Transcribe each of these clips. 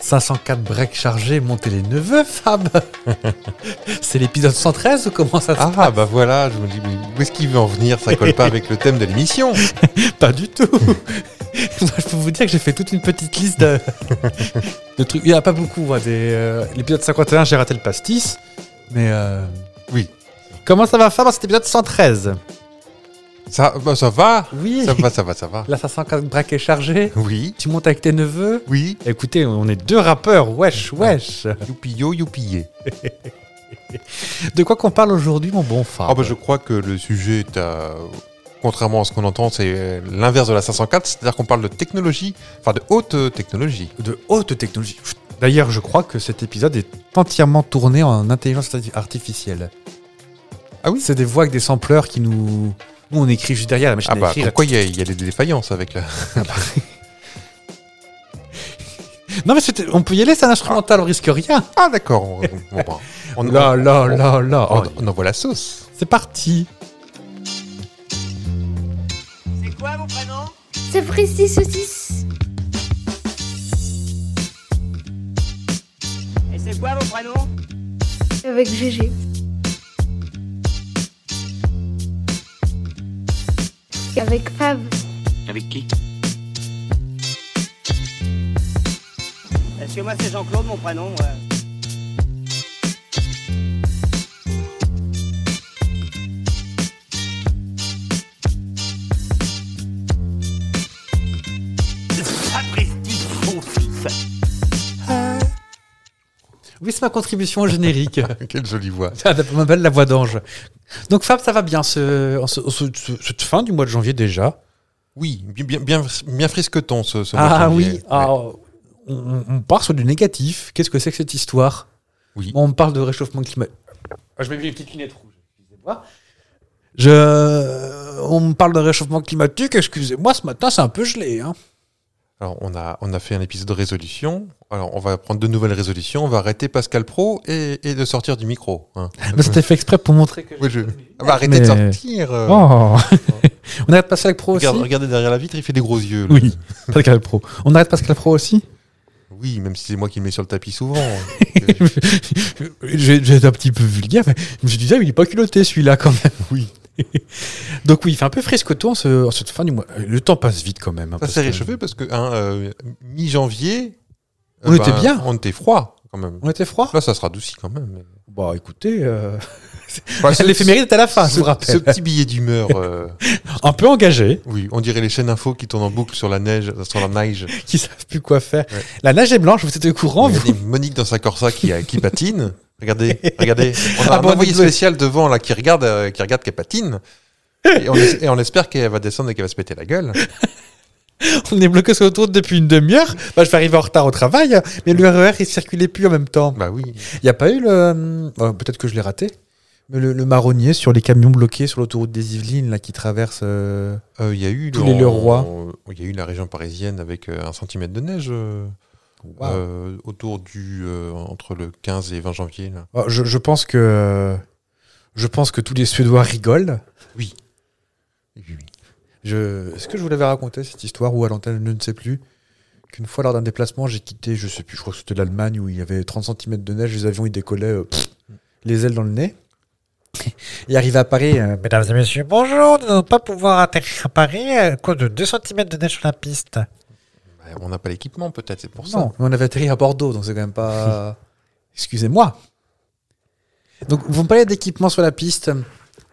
504 breaks chargés, montez les neveux, Fab C'est l'épisode 113 ou comment ça se Ah, passe bah voilà, je me dis, mais où est-ce qu'il veut en venir Ça colle pas avec le thème de l'émission. Pas du tout Moi, je peux vous dire que j'ai fait toute une petite liste de, de trucs. Il n'y en a pas beaucoup. moi, des, euh, L'épisode 51, j'ai raté le pastis. Mais. euh, Oui. Comment ça va, Fab, dans cet épisode 113 Ça, bah, ça va Oui Ça va, ça va, ça va. La 504 break est chargée. Oui, Tu montes avec tes neveux. oui. Écoutez, on est deux rappeurs, wesh, wesh Youpillo, youpillé. Ah, De quoi qu'on parle aujourd'hui, mon bon Fab Ah, bah je crois que le sujet est à- Contrairement à ce qu'on entend, c'est l'inverse de la 504, c'est-à-dire qu'on parle de technologie, enfin de haute euh, technologie. de haute technologie. D'ailleurs, je crois que cet épisode est entièrement tourné en intelligence arti- artificielle. Ah oui C'est des voix avec des sampleurs qui nous... Nous, on écrit juste derrière la machine Ah à bah écrire. pourquoi il y, a- il y a des défaillances avec la... Non, mais c'était- on peut y aller, c'est un instrumental, on risque rien. Ah d'accord, on, on, on- on- Là, là, on- là, là. on- Oh, on envoie la sauce. c'est parti. C'est quoi mon prénom C'est Fristy Saucisse. Et c'est quoi mon prénom Avec GG. Et Avec Fab. Avec qui Parce que moi c'est Jean-Claude mon prénom. ouais. Oui, c'est ma contribution au générique. Quelle jolie voix. Ça ma belle la voix d'ange. Donc, Fab, ça va bien, ce, en ce- en ce- ce- cette fin du mois de janvier déjà. Oui, bien, bien, bien, bien frisqueton ce, ce mois Ah de oui, janvier. ah, on, on part sur du négatif. Qu'est-ce que c'est que cette histoire Oui. Bon, On parle de réchauffement climatique. Ah, Je mets une petite lunette rouge, excusez-moi. Je... euh, On me parle de réchauffement climatique, excusez-moi, ce matin c'est un peu gelé. Hein. Alors, on a, on a fait un épisode de résolution. Alors, on va prendre de nouvelles résolutions. On va arrêter Pascal Pro et, et de sortir du micro. hein. C'était fait exprès pour montrer que... Oui, je- On va arrêter de Mais- sortir. euh. Oh. on arrête Pascal Pro aussi Regarde- regardez derrière la vitre, il fait des gros yeux. là. Oui, Pascal Pro. On arrête Pascal Pro aussi Oui, même si c'est moi qui le mets sur le tapis souvent. euh, J'ai j'ai été un petit peu vulgaire, mais je me suis dit, ah, il est pas culotté celui-là quand même. Oui. Donc oui, il fait un peu friscoton en, ce- en cette fin du mois. Euh, Le temps passe vite quand même. hein, Ça parce s'est que- réchauffé parce que hein, euh, mi-janvier, euh, bah, On était bien. On était froid quand même. On était froid Là, ça se radoucit quand même. Bah écoutez, euh... Enfin, ce- l'éphéméride est à la fin, je ce, vous rappelle. ce petit billet d'humeur, euh, Un peu engagé, oui, on dirait les chaînes info qui tournent en boucle sur la neige, sur la neige. qui savent plus quoi faire. Ouais. La nage est blanche, vous êtes au courant vous Regardez Monique dans sa Corsa qui, a- qui patine. Regardez, regardez. On a Ah un bon, envoyé double. spécial devant là qui regarde, euh, qui regarde qu'elle patine. Et on, es- et on espère qu'elle va descendre et qu'elle va se péter la gueule. On est bloqué sur l'autoroute depuis une demi-heure. Bah, je vais arriver en retard au travail, mais le RER il circulait plus en même temps. Bah oui. Il n'y a pas eu le. euh, euh, Peut-être que je l'ai raté. Mais le, le marronnier sur les camions bloqués sur l'autoroute des Yvelines là, qui traverse. euh, Euh, Il y a eu Tous les en- Leroy. Il y a eu la région parisienne avec euh, un centimètre de neige euh, euh, autour du euh, entre le 15 et 20 janvier. là. Oh, Je, je pense que. Je pense que tous les Suédois rigolent. Je- Est-ce que je vous l'avais raconté cette histoire ou à l'antenne, je ne sais plus Qu'une fois lors d'un déplacement, j'ai quitté, je sais plus, je crois que c'était l'Allemagne où il y avait 30 cm de neige, les avions ils décollaient euh, pff, les ailes dans le nez. Et arrivé à Paris, euh, Mesdames et messieurs, bonjour. Nous n'allons pas pouvoir atterrir à Paris à cause de 2 cm de neige sur la piste. Bah, on n'a pas l'équipement peut-être, c'est pour ça. non, mais on avait atterri à Bordeaux, donc c'est quand même pas. Excusez-moi. Donc vous me parlez d'équipement sur la piste.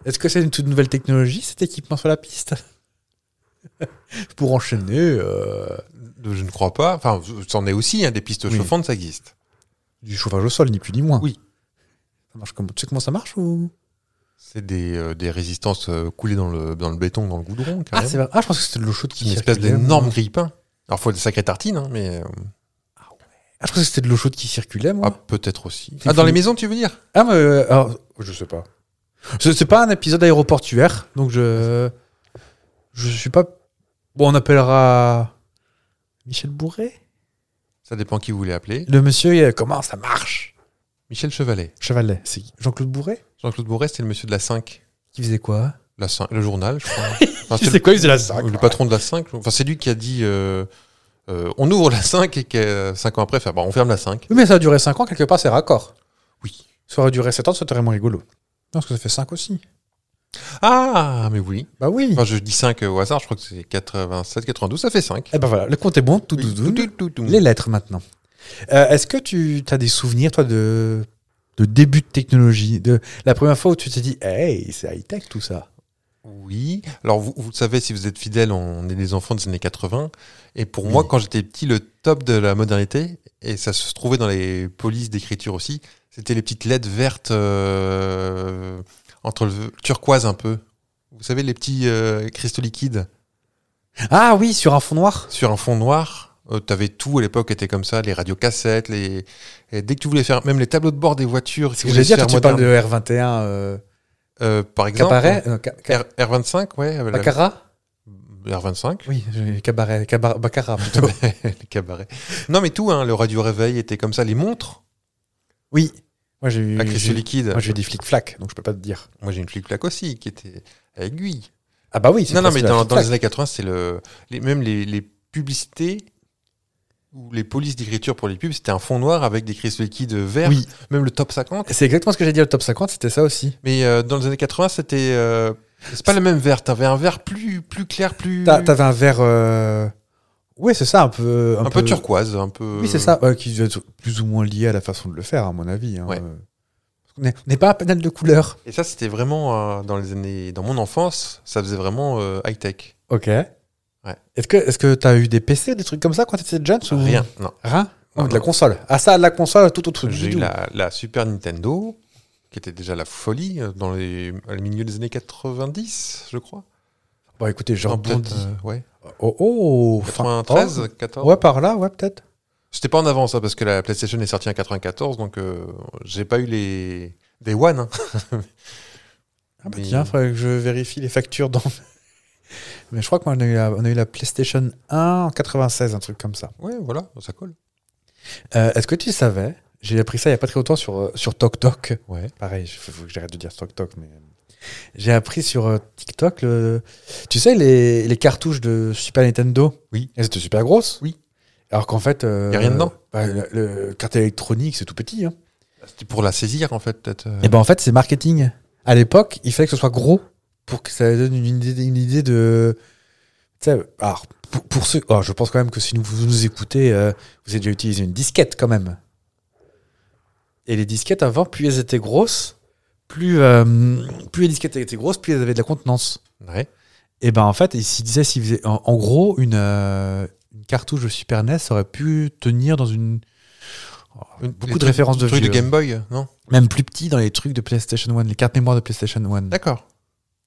Est-ce que c'est une toute nouvelle technologie cet équipement sur la piste Pour enchaîner. euh, Je ne crois pas. Enfin, c'en est aussi. hein, des pistes Oui. chauffantes, ça existe. Du chauffage au sol, ni plus ni moins. Oui. Ça marche comment Tu sais comment ça marche ou C'est des, euh, des résistances euh, coulées dans le, dans le béton, dans le goudron. ah, carrément. c'est vrai. Ah, je pense que c'était de l'eau chaude qui une espèce circulait. d'énorme moi. grille-pain. Alors, faut des sacrées tartines, hein, mais euh, Ah, je pense que c'était de l'eau chaude qui circulait, ah, moi. peut-être aussi. C'est Ah, dans fini. les maisons, tu veux dire Ah, mais euh, alors, je sais pas. C'est c'est pas un épisode aéroportuaire, donc je je suis pas. Bon, on appellera Michel Bourré. Ça dépend qui vous voulez appeler. Le monsieur, il, euh, comment ça marche Michel Chevalet. Chevalet, c'est Jean-Claude Bourré Jean-Claude Bourret, c'est le monsieur de la 5. qui faisait quoi La 5 le journal, je crois. Enfin, c'est le- quoi Il faisait la sac. le, patron de la 5. Enfin, c'est lui qui a dit euh, euh, on ouvre la 5 et que 5 ans après, enfin, bon, on ferme la 5. Oui, mais ça a duré 5 ans, quelque part, c'est raccord. Oui. Ça aurait duré 7 ans, ça serait moins rigolo. Non, parce que ça fait 5 aussi. Ah, mais oui. Bah oui. Enfin, je dis 5 au hasard, je crois que c'est 87, 92, ça fait 5. Eh ben voilà, le compte est bon, tout doux, doux. Les lettres maintenant. Euh, Est-ce que tu as des souvenirs, toi, de, de début de technologie de La première fois où tu t'es dit, hey, c'est high-tech tout ça. Oui. Alors, vous, vous le savez, si vous êtes fidèle, on est des enfants des années 80. Et pour moi, quand j'étais petit, le top de la modernité, et ça se trouvait dans les polices d'écriture aussi, c'était les petites lettres vertes euh, entre le turquoise un peu. Vous savez, les petits euh, cristaux liquides Ah oui, sur un fond noir sur un fond noir. Euh, T'avais tout à l'époque était comme ça, les radiocassettes, les et dès que tu voulais faire même les tableaux de bord des voitures. Ce si tu que voulais j'allais dire, faire toi, tu parles moderne. de R21 euh, Euh, par exemple Cabaret non, Ca- Ca- R, 25 ouais, euh, la- Baccarat R25, Oui, j'ai- Cabaret, Cabar- Baccarat plutôt. les cabarets. Non mais tout hein, le radio réveil était comme ça, les montres oui. Moi, j'ai eu. à cristaux j'ai- liquides. Moi, j'ai eu des flics-flacs, donc je peux pas te dire. Moi j'ai une flic flac aussi qui était à aiguille. Ah bah oui, c'est Non non presque mais la dans, dans flic-flac. les années 80, c'est le les, même les, les publicités ou les polices d'écriture pour les pubs, c'était un fond noir avec des cristaux liquides verts, Oui, même le top 50 c'est exactement ce que j'ai dit au top 50, c'était ça aussi. Mais euh, dans les années 80, c'était. euh, c'est pas le même vert. T'avais un vert plus, plus clair, plus. T'as- T'avais un verre. euh, Ouais, c'est ça, Mm. un peu. un, peu, turquoise, un peu. Oui, c'est ça, Euh, ouais, qui doit être plus ou moins lié à la façon de le faire, à mon avis. hein. Ouais. Euh, On n'est- on n'est pas un panel de couleurs. Et ça, c'était vraiment euh, dans les années, dans mon enfance, ça faisait vraiment euh, high tech. Ok. Est-ce que est-ce que t'as eu des PC, des trucs comme ça quand t'étais jeune ou- Rien, non. Rien Oh, Non, De la non. console. Ah ça, de la console, tout autre J'ai du eu tout. la, la Super Nintendo, qui était déjà la folie euh, dans les au milieu des années 90, je crois. Bon, Bah, écoutez, j'ai Non, peut-être, rebondi. euh, ouais. Oh, oh, fin- 93, oh. 14. Ouais, par là, ouais, peut-être. J'étais pas en avance, hein, parce que la PlayStation est sortie en 94, donc euh, j'ai pas eu les des one. hein. Ah bah Mais- tiens, faudrait que je vérifie les factures dans... Mais je crois qu'on a, eu la- on a eu la PlayStation 1 en 96, un truc comme ça. Ouais, voilà, ça colle. Euh, Est-ce que tu savais J'ai appris ça il n'y a pas très longtemps sur, euh, sur TokTok. Ouais. Pareil, il faut faut que j'arrête de dire TokTok, mais... euh. J'ai appris sur euh, TikTok, le... tu sais, les, les cartouches de Super Nintendo Oui. Elles étaient super grosses Oui. Alors qu'en fait... euh, Y a rien dedans bah, le, le cartel électronique, c'est tout petit. Hein. C'était pour la saisir, en fait, peut-être. euh. Et ben en fait, c'est marketing. À l'époque, il fallait que ce soit gros pour que ça donne une, idée, une idée de. Tu sais, alors, pour, pour ceux. oh, je pense quand même que si nous- vous nous écoutez, euh, vous avez déjà utilisé une disquette quand même. Et les disquettes avant, plus elles étaient grosses, plus, euh, plus les disquettes étaient grosses, plus elles avaient de la contenance. Ouais. Et ben en fait, ils s'y disaient, s'ils faisaient- en, en gros, une, euh, une cartouche de Super NES aurait pu tenir dans une. oh, Une- beaucoup les de trucs- références de trucs de vieux Game Boy, non même plus petit dans les trucs de PlayStation 1, les cartes mémoire de PlayStation 1. D'accord.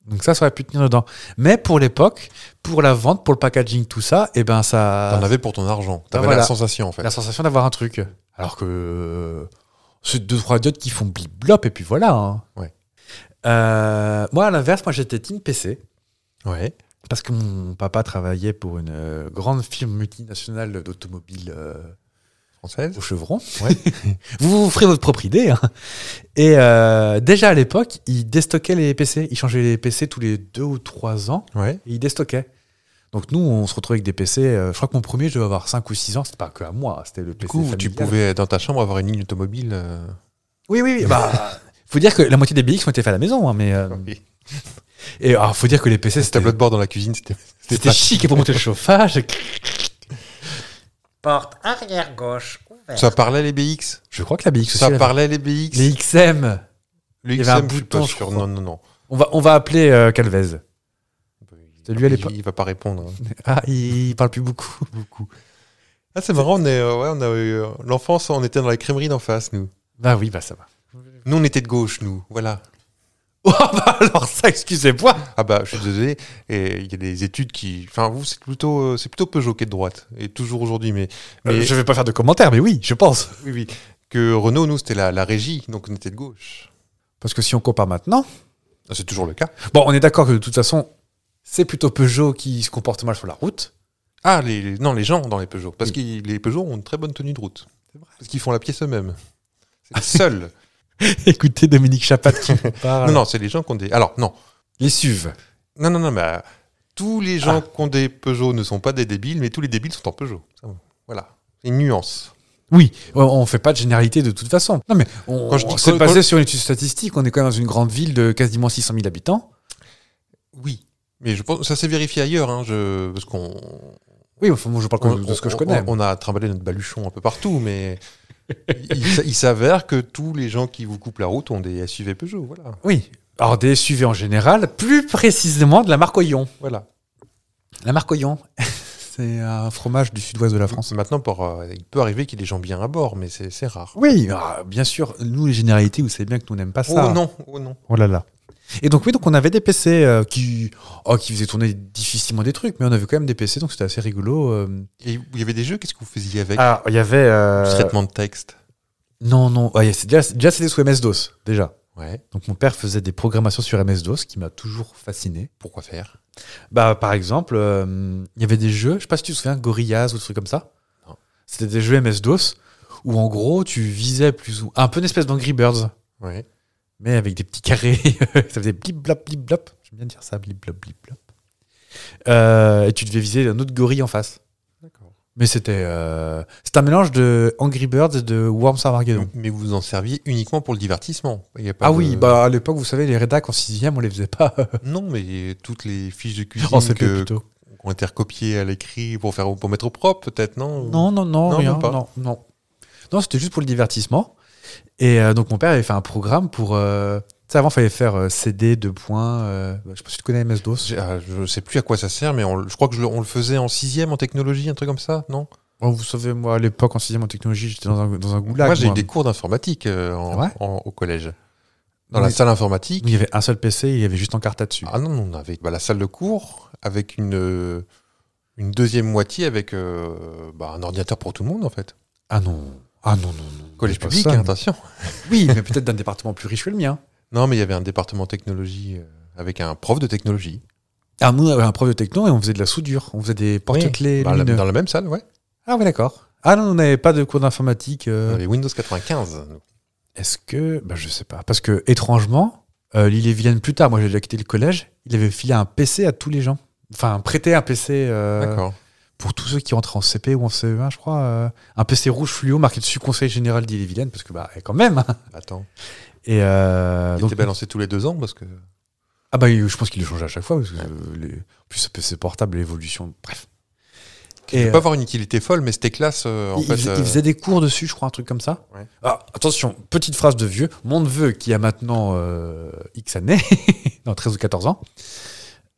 Donc ça, ça aurait pu tenir dedans. Mais pour l'époque, pour la vente, pour le packaging, tout ça, et ben ça, T'en avais pour ton argent. T'avais Ah, voilà. la sensation, en fait. la sensation d'avoir un truc. Alors que euh, c'est deux trois diodes qui font blip blop et puis voilà. hein. Ouais. Euh, moi, à l'inverse, moi j'étais team PC Ouais. parce que mon papa travaillait pour une euh, grande firme multinationale d'automobile. euh, Française. au chevron. vous vous ferez votre propre idée. hein. Et euh, déjà à l'époque, ils déstockaient les PC. Ils changeaient les PC tous les deux ou trois ans Ouais. et ils déstockaient. Donc nous, on se retrouvait avec des PC. euh, je crois que mon premier, je devais avoir 5 ou 6 ans. C'était pas que à moi, hein, c'était le Du PC coup, tu familial. pouvais, dans ta chambre, avoir une ligne automobile. euh, Oui, oui, oui. Bah, faut dire que la moitié des BX ont été faits à la maison. hein, mais, euh, oui. et ah, faut dire que les PC, Le c'était tableau de bord dans la cuisine, c'était. c'était pas- chic et pour monter le chauffage. Porte arrière gauche ouverte. Ça parlait les BX. Je crois que la BX aussi. Ça elle avait- parlait les BX. Les XM. Le il y avait un XM, je suis bouton, pas je sûr. crois. Non, non, non. On va, on va appeler euh, Calvez. C'était lui à Il- l'époque. Il va pas répondre. hein. Ah, il, il parle plus beaucoup. beaucoup. Ah, c'est marrant, on est, euh, ouais, on a eu, euh, l'enfance, on était dans la crèmerie d'en face, nous. Bah oui, bah ça va. Nous, on était de gauche, nous. Voilà. Oh, bah alors ça, excusez-moi. Ah bah, je suis désolé. Et il y a des études qui, enfin, vous, c'est plutôt, euh, c'est plutôt Peugeot qui est de droite. Et toujours aujourd'hui, mais, mais je vais pas faire de commentaires, mais oui, je pense. oui, oui, que Renault, nous, c'était la, la régie, donc on était de gauche. Parce que si on compare maintenant, Ah, C'est toujours le cas. bon, on est d'accord que de toute façon, c'est plutôt Peugeot qui se comporte mal sur la route. Ah, les, les- non, les gens dans les Peugeot, parce que les Peugeot ont une très bonne tenue de route. Parce qu'ils font la pièce eux-mêmes. C'est les Ah, seuls. Écoutez Dominique Chapat qui nous parle. Non, non, c'est les gens qui ont des. Alors, non, Les SUV. Ah. non, non, non, mais euh, tous les gens qui ont des Peugeot ne sont pas des débiles, mais tous les débiles sont en Peugeot. Ça va. Voilà. Une nuance. Oui, on- on fait pas de généralité de toute façon. Non, mais on, Quand je dis- c'est quand- basé quand- sur une étude statistique. On est quand même dans une grande ville de quasiment 600 000 habitants. Oui. Mais je pense ça s'est vérifié ailleurs, hein, je, parce qu'on Oui, enfin, moi, je parle quand même on- de ce que je on- connais. On, a trimballé notre baluchon un peu partout, mais il, s- il s'avère que tous les gens qui vous coupent la route ont des SUV Peugeot, voilà. Oui. Alors, des SUV en général, plus précisément de la marque Oyon. Voilà. La marque Oyon, c'est un fromage du sud-ouest de la France. Maintenant, pour, euh, il peut arriver qu'il y ait des gens bien à bord, mais c'est c'est rare. Oui, ah, bien sûr, nous, les généralités, vous savez bien que nous, on n'aime pas ça. Oh non, oh non. Oh là là. Et donc, oui, donc on avait des PC euh, qui, oh, qui faisaient tourner difficilement des trucs, mais on avait quand même des PC, donc c'était assez rigolo. euh. Et il y avait des jeux, qu'est-ce que vous faisiez avec Ah, il y avait. euh, Du traitement de texte. Non, non. Ah, il y a- c'est déjà, c'est- déjà, c'était sous MS-DOS, déjà. Ouais. Donc, mon père faisait des programmations sur MS-DOS, qui m'a toujours fasciné. Pourquoi faire Bah, par exemple, euh, il y avait des jeux, je sais pas si tu te souviens, Gorillaz ou des trucs comme ça. Non. C'était des jeux MS-DOS où en gros tu visais plus ou un peu une espèce d'Angry Birds, Ouais. mais avec des petits carrés. ça faisait blip blap blip blap. J'aime bien dire ça, blip blap blip blap. Euh, et tu devais viser un autre gorille en face. D'accord. Mais c'était euh, c'était un mélange de Angry Birds et de Worms Armageddon. Euh, Mais vous vous en serviez uniquement pour le divertissement. Il y a pas Ah de- oui, bah à l'époque, vous savez, les rédacs en 6 on les faisait pas Non, mais toutes les fiches de cuisine en CP que- Oh, plutôt. qui ont été recopiées à l'écrit pour, faire, pour mettre au propre, peut-être, non Non, non, non, Non, rien, même pas. non, non. Non, c'était juste pour le divertissement. Et euh, donc, mon père avait fait un programme pour. euh, tu sais, avant, il fallait faire euh, CD, deux points. euh, je sais pas si tu connais MS-DOS. J'ai- ah, je sais plus à quoi ça sert, mais on le- je crois que je le- on le faisait en sixième en technologie, un truc comme ça, non Oh, vous savez, moi, à l'époque, en 6 en technologie, j'étais dans un, dans un goulag. Moi, j'ai eu moi. des cours d'informatique euh, en- Ouais. en- au collège. Dans la Oui. salle informatique. Il y avait un seul PC et il y avait juste un carte dessus. Ah non, non, on avait bah, la salle de cours avec une, euh, une deuxième moitié avec euh, bah, un ordinateur pour tout le monde, en fait. Ah non. Ah non, non, non. Collège Pas public, ça, hein, non. attention. Oui, mais peut-être d'un département plus riche que le mien. Non, mais il y avait un département technologie euh, avec un prof de technologie. Ah, nous, on avait un prof de techno et on faisait de la soudure. On faisait des porte-clés. Bah, la- lumineux. dans la même salle, ouais. Ah, oui, d'accord. Ah non, on n'avait pas de cours d'informatique. euh, Dans les Windows 95. nous. Est-ce que. Bah, je sais pas. Parce que, étrangement, euh, l'île et vilaine plus tard, moi j'ai déjà quitté le collège, il avait filé un PC à tous les gens. Enfin, prêté un PC euh, D'accord. pour tous ceux qui entrent en CP ou en CE1, je crois. euh, un PC rouge fluo marqué dessus Conseil Général d'île et vilaine, parce que, bah, quand même. hein. Attends. Et. euh, Il donc- était balancé tous les deux ans parce que. ah, bah, je pense qu'il le changeait à chaque fois. Parce que, euh, les- en plus, ce PC portable, l'évolution, bref. Il Et, peut euh, pas avoir une utilité folle, mais c'était classe, euh, en il, fait. il faisait, euh, il faisait des cours dessus, je crois, un truc comme ça. Ouais. Ah, attention, petite phrase de vieux. Mon neveu, qui a maintenant euh, X années, non, 13 ou 14 ans,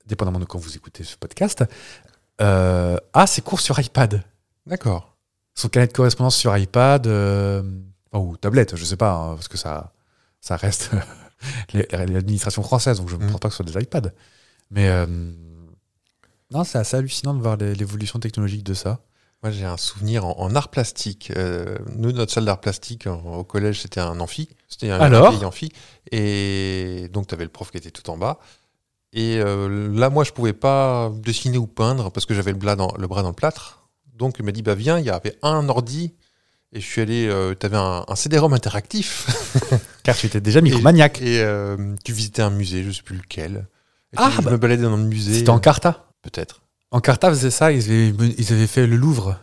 dépendamment de quand vous écoutez ce podcast, euh, a ses cours sur iPad. D'accord. Son carnet de correspondance sur iPad, euh, enfin, ou tablette, je sais pas, hein, parce que ça, ça reste les- l'administration française, donc je ne Mhm. pense pas que ce soit des iPads. Mais euh, non, c'est assez hallucinant de voir les- l'évolution technologique de ça. Moi, j'ai un souvenir en, en art plastique. Euh, nous, notre salle d'art plastique en- au collège, c'était un amphi. C'était un Alors vieil amphi. Et donc, tu avais le prof qui était tout en bas. Et euh, là, moi, je pouvais pas dessiner ou peindre parce que j'avais le, bras dans- le bras dans le plâtre. Donc, il m'a dit, bah viens, il y avait un ordi. Et je suis allé, tu avais un, un CD-ROM interactif. Car tu étais déjà micromaniaque. Et euh, tu visitais un musée, je sais plus lequel. Et Ah, je bah. me baladais dans le musée. C'était en Carta. Peut-être. Encarta faisait ça, ils avaient, ils avaient fait le Louvre.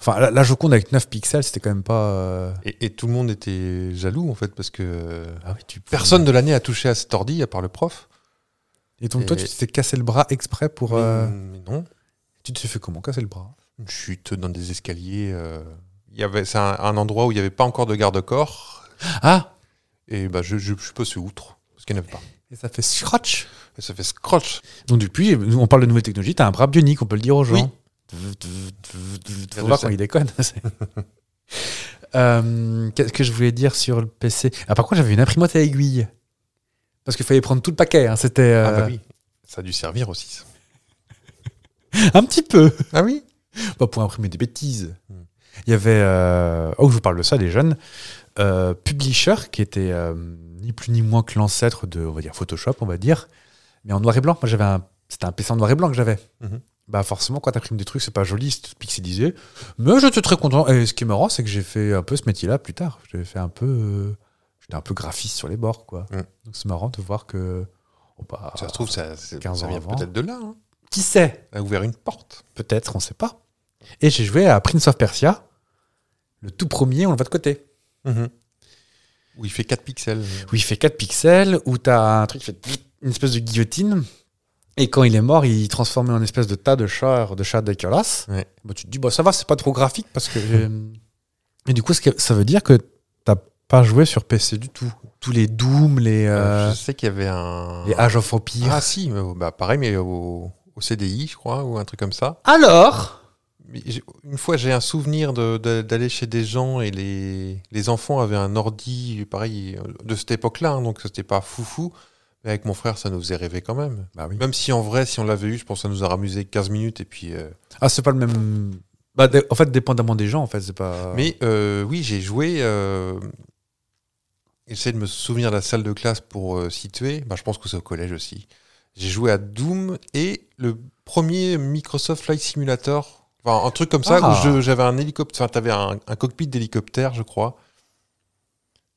Enfin, la, la Joconde avec 9 pixels, c'était quand même pas. euh, Et, et tout le monde était jaloux, en fait, parce que euh, ah personne Personne. de l'année a touché à cet ordi, à part le prof. Et donc, toi, Et- tu t'es cassé le bras exprès pour. Mais- euh, mais non. Tu te fais comment casser le bras Une chute dans des escaliers. euh, il y avait, c'est un, un endroit où il n'y avait pas encore de garde-corps. Ah Et bah, je, je, je suppose c'est outre, parce qu'il n'y en avait pas. Et ça fait scratch Et ça fait scrotch. Donc, depuis, nous, on parle de nouvelles technologies, t'as un bras bionique, on peut le dire aux gens. Oui. Faut voir quand il déconne. c'est- Euh, Qu'est-ce que je voulais dire sur le PC Ah, par contre, j'avais une imprimante à aiguille. Parce qu'il fallait prendre tout le paquet. hein, C'était. Ah bah euh, oui. Ça a dû servir aussi. ça. Un petit peu Ah oui pas pour imprimer des bêtises. Hmm. Il y avait, euh, oh, je vous parle de ça, les jeunes, euh, Publisher, qui était euh, ni plus ni moins que l'ancêtre de, on va dire, Photoshop, on va dire, mais en noir et blanc. Moi, j'avais un, c'était un PC en noir et blanc que j'avais. Mhm. Bah forcément, quand t'imprimes des trucs, c'est pas joli, c'est tout pixelisé. Mais j'étais très content. Et ce qui est marrant, c'est que j'ai fait un peu ce métier-là plus tard. J'avais fait un peu, euh, j'étais un peu graphiste sur les bords, quoi. Hmm. Donc c'est marrant de voir que, oh, bah, Ça se trouve, ça, c'est- 15 ça ans vient avant. peut-être de là. hein. qui sait Elle a ouvert une porte. Peut-être, on ne sait pas. Et j'ai joué à Prince of Persia. Le tout premier, on le voit de côté. Mhm. Où il fait 4 pixels. Où il fait 4 pixels, où t'as un truc qui fait une espèce de guillotine. Et quand il est mort, il est transformé en espèce de tas de chats, de chats dégueulasses. Ouais. Bah, tu te dis, bah, ça va, c'est pas trop graphique parce que. j'ai- Et du coup, ce que- ça veut dire que t'as pas joué sur PC du tout. Tous les Doom, les, euh, Euh, je sais qu'il y avait un. les Age of Empires. ah si, mais au- bah, pareil, mais au, au CDI, je crois, ou un truc comme ça. Alors Mais j'ai- une fois, j'ai un souvenir de- de- d'aller chez des gens et les, les enfants avaient un ordi, pareil, euh, de cette époque-là, hein, donc c'était pas foufou. Mais avec mon frère, ça nous faisait rêver quand même. Bah oui. Même si en vrai, si on l'avait eu, je pense que ça nous aurait amusé 15 minutes et puis. euh, Ah, c'est pas le même. Bah, dé- en fait, dépendamment des gens, en fait, c'est pas. Mais euh, oui, j'ai joué. Euh... J'essaie de me souvenir de la salle de classe pour euh, situer. Bah, je pense que c'est au collège aussi. J'ai joué à Doom et le premier Microsoft Flight Simulator. Enfin, un truc comme ça Ah. où je- j'avais un hélicoptère. Enfin, t'avais un, un cockpit d'hélicoptère, je crois.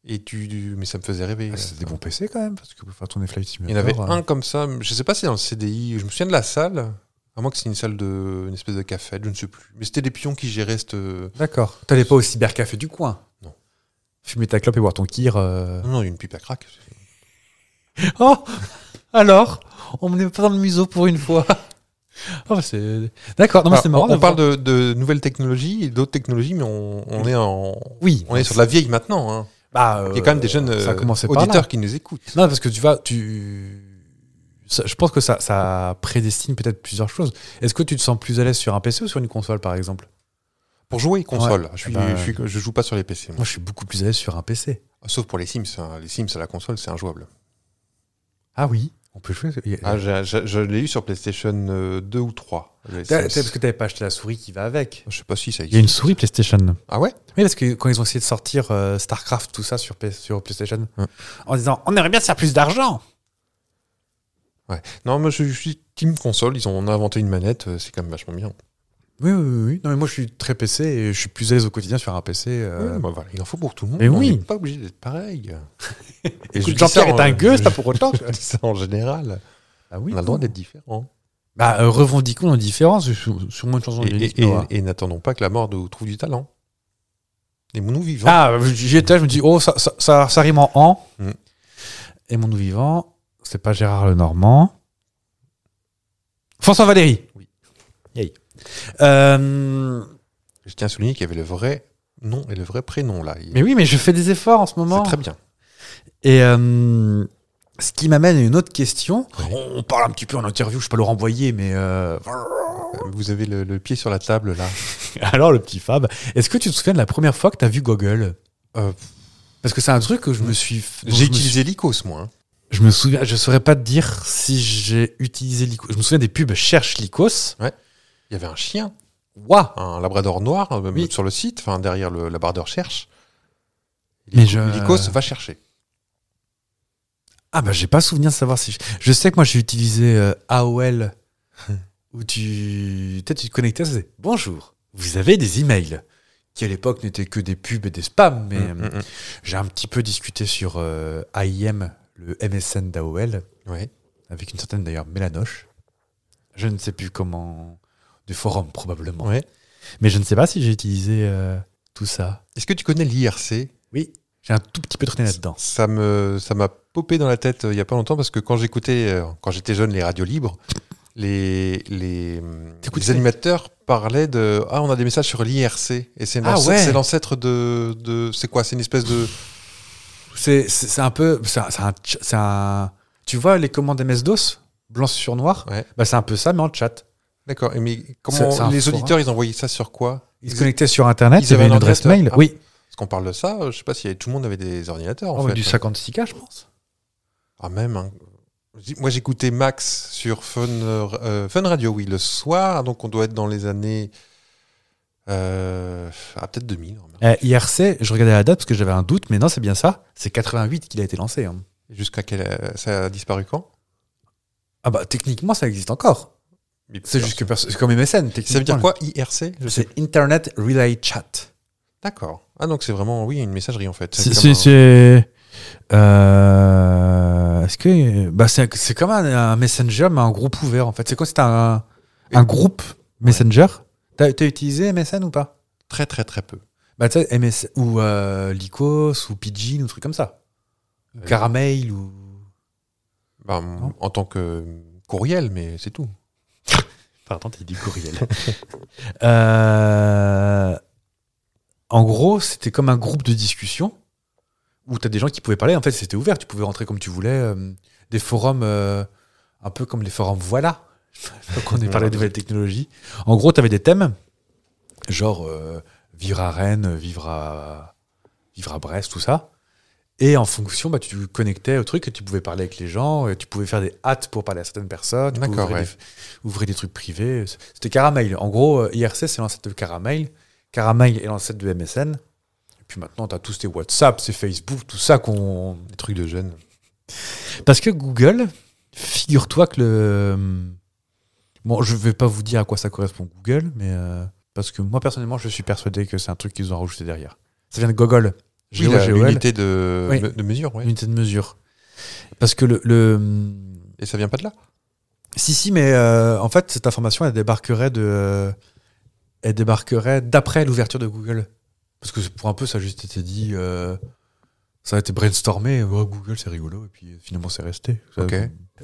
Et tu, tu- Mais ça me faisait rêver. Ah, c'est des bons PC quand même, parce que pour faire tourner Flight Il y Simulator. en avait euh, un comme ça. Je sais pas si c'est dans le CDI. Je me souviens de la salle. À moins que c'est une salle de. une espèce de café, je ne sais plus. Mais c'était des pions qui géraient cette. euh, D'accord. T'allais pas au cybercafé du coin Non. Fumer ta clope et boire ton kir. euh. Non, non, une pipe à crack. Oh Alors On n'est pas dans le museau pour une fois. Oh, bah, c'est... D'accord, non, mais Alors, c'est marrant. Ah, On, on de parle voir. de, de nouvelles technologies et d'autres technologies, mais on, on est en, Oui. on est sur de la vieille maintenant. hein. Bah, Il y a quand même des jeunes ça a euh, commencé par là. auditeurs qui nous écoutent. Non, parce que tu vas. Tu... ça- je pense que ça, ça prédestine peut-être plusieurs choses. Est-ce que tu te sens plus à l'aise sur un PC ou sur une console, par exemple Pour jouer console, je, suis, Eh ben, je, suis- je joue pas sur les PC. moi. Moi, je suis beaucoup plus à l'aise sur un PC. Sauf pour les Sims. hein. Les Sims à la console, c'est injouable. Ah oui On peut jouer. Ah, j'ai- j'ai- je l'ai eu sur PlayStation euh, 2 ou 3. les T'as- Sims. t'as- parce que t'avais pas acheté la souris qui va avec. Je sais pas si ça Il y a existe. une souris PlayStation. Ah ouais Oui, parce que quand ils ont essayé de sortir euh, StarCraft, tout ça sur, PS sur PlayStation, Hum. en disant on aimerait bien se faire plus d'argent. Non, moi je, je suis team console. Ils ont on a inventé une manette, euh, c'est quand même vachement bien. Oui, oui, oui, oui. Non, mais moi je suis très PC et je suis plus à l'aise au quotidien sur un PC. euh. Ouais, bah voilà, il en faut pour tout le monde. mais on oui. n'est pas obligé d'être pareil. Et Écoute, dis Jean-Pierre ça en- est un gueux, c'est pas pour autant. je dis ça en général. euh, Ah oui, on a le droit non. d'être différent. Bah, euh, revendiquons nos différences. sur- Sûrement une chanson de Et, Yannick et- Noah. et- et n'attendons pas que la mort nous trouve du talent. Et nous vivants. Ah, j'y étais, je me dis, oh, ça, ça, ça, ça rime en an. Mm. Et mon nous vivant, c'est pas Gérard Lenormand. François Valéry. Oui. Yay. Euh, Je tiens à souligner qu'il y avait le vrai nom et le vrai prénom là. Il- mais oui, mais je fais des efforts en ce C'est moment. très bien. Et euh, ce qui m'amène à une autre question. Oui. On, on parle un petit peu en interview, je peux le renvoyer, mais. euh, Vous avez le, le pied sur la table là. Alors, le petit Fab, est-ce que tu te souviens de la première fois que t'as vu Google Euh, Parce que c'est un truc que je me suis. dont je J'ai me suis utilisé l'icos moi. hein. Je me souviens, je saurais pas te dire si j'ai utilisé Lycos. Je me souviens des pubs Cherche Lycos. Il y avait un chien, Waouh un labrador noir euh, même Oui. sur le site, enfin derrière le, la barre de recherche. Mais Lycos- je- Lycos va chercher. Ah bah j'ai pas souvenir de savoir si. Je, je sais que moi j'ai utilisé euh, AOL où tu, peut-être tu te connectais, ça faisait bonjour. Vous avez des emails qui à l'époque n'étaient que des pubs et des spams, mais Mm, euh, mm, j'ai un petit peu discuté sur euh, AIM, le MSN d'AOL, mm. Ouais. avec une certaine d'ailleurs Mélanoche. Je ne sais plus comment, du forum probablement. Ouais. Mais je ne sais pas si j'ai utilisé euh, tout ça. Est-ce que tu connais l'IRC Oui. J'ai un tout petit peu traîné là-dedans. Ça me ça m'a popé dans la tête euh, il y a pas longtemps parce que quand j'écoutais euh, quand j'étais jeune les radios libres, les les, hum, T'écoutes les ça animateurs parlaient de ah on a des messages sur l'IRC et c'est Ah l'ance- ouais. c'est l'ancêtre de, de c'est quoi c'est une espèce de C'est c'est- c'est un peu. C'est un, c'est un ch- c'est un- Tu vois les commandes MS-DOS, blanc sur noir Ouais. bah, C'est un peu ça, mais en chat. d'accord et mais C'est- c'est un hein. comment les forum. auditeurs ils envoyaient ça sur quoi Ils se connectaient sur Internet, ils il y avait avaient une un adresse ordinateur. mail. Ah, oui, parce qu'on parle de ça euh, je sais pas si tout le monde avait des ordinateurs en Oh, fait. du 56K, je pense. ah même hein. J- Moi j'écoutais Max sur Fun, euh, euh, Fun Radio, oui, le soir, donc on doit être dans les années... Euh, ah, peut-être 2000. normalement. Euh, IRC, je regardais la date parce que j'avais un doute, mais non, c'est bien ça. C'est 88 qu'il a été lancé. hein. Jusqu'à quel euh, ça a disparu quand Ah bah, techniquement, ça existe encore. C'est juste que perso- c'est comme MSN. Ça veut techniquement. dire quoi IRC Je- C'est Internet Relay Chat. D'accord. Ah donc c'est vraiment oui une messagerie en fait. C'est. comme c'est- un- c'est- euh, Est-ce que. Bah c'est c'est comme un, un Messenger, mais un groupe ouvert, en fait. C'est quoi C'était un, un groupe Messenger T'as t'as utilisé MSN ou pas Très, très, très peu. Bah, tu sais, MS ou euh, Lycos ou Pidgin ou truc comme ça. Ou Euh, Caramel ou. Ben, en tant que courriel, mais c'est tout. Pardon, t'as dit courriel. Euh, en gros, c'était comme un groupe de discussion où t'as des gens qui pouvaient parler. En fait, c'était ouvert. Tu pouvais rentrer comme tu voulais. euh, des forums euh, un peu comme les forums Voilà. Donc, on est parlé de nouvelles technologies. En gros, t'avais des thèmes genre euh, vivre à Rennes, vivre à, vivre à Brest, tout ça. Et en fonction, bah, tu connectais au truc et tu pouvais parler avec les gens, et tu pouvais faire des hâtes pour parler à certaines personnes, tu pouvais D'accord, ouvrir, ouais. des, ouvrir des trucs privés. C'était Caramel. En gros, euh, IRC, c'est l'ancêtre de Caramel. Caramel est l'ancêtre de MSN. Et puis maintenant, tu as tous tes WhatsApp, ces Facebook, tout ça qu'on. Des trucs de jeunes. Parce que Google, figure-toi que le. Bon, je vais pas vous dire à quoi ça correspond Google, mais. euh, parce que moi, personnellement, je suis persuadé que c'est un truc qu'ils ont rajouté derrière. Ça vient de Gogol. Oui, G O la- G O L, l'unité de, Oui. me- de mesure, ouais. Unité de mesure. Parce que le. le- Et ça vient pas de là Si, si, mais euh, en fait, cette information, elle débarquerait de. euh, elle débarquerait d'après l'ouverture de Google. Parce que pour un peu, ça a juste été dit. euh, ça a été brainstormé. Oh, Google, c'est rigolo. Et puis finalement, c'est resté. Ça- Ok.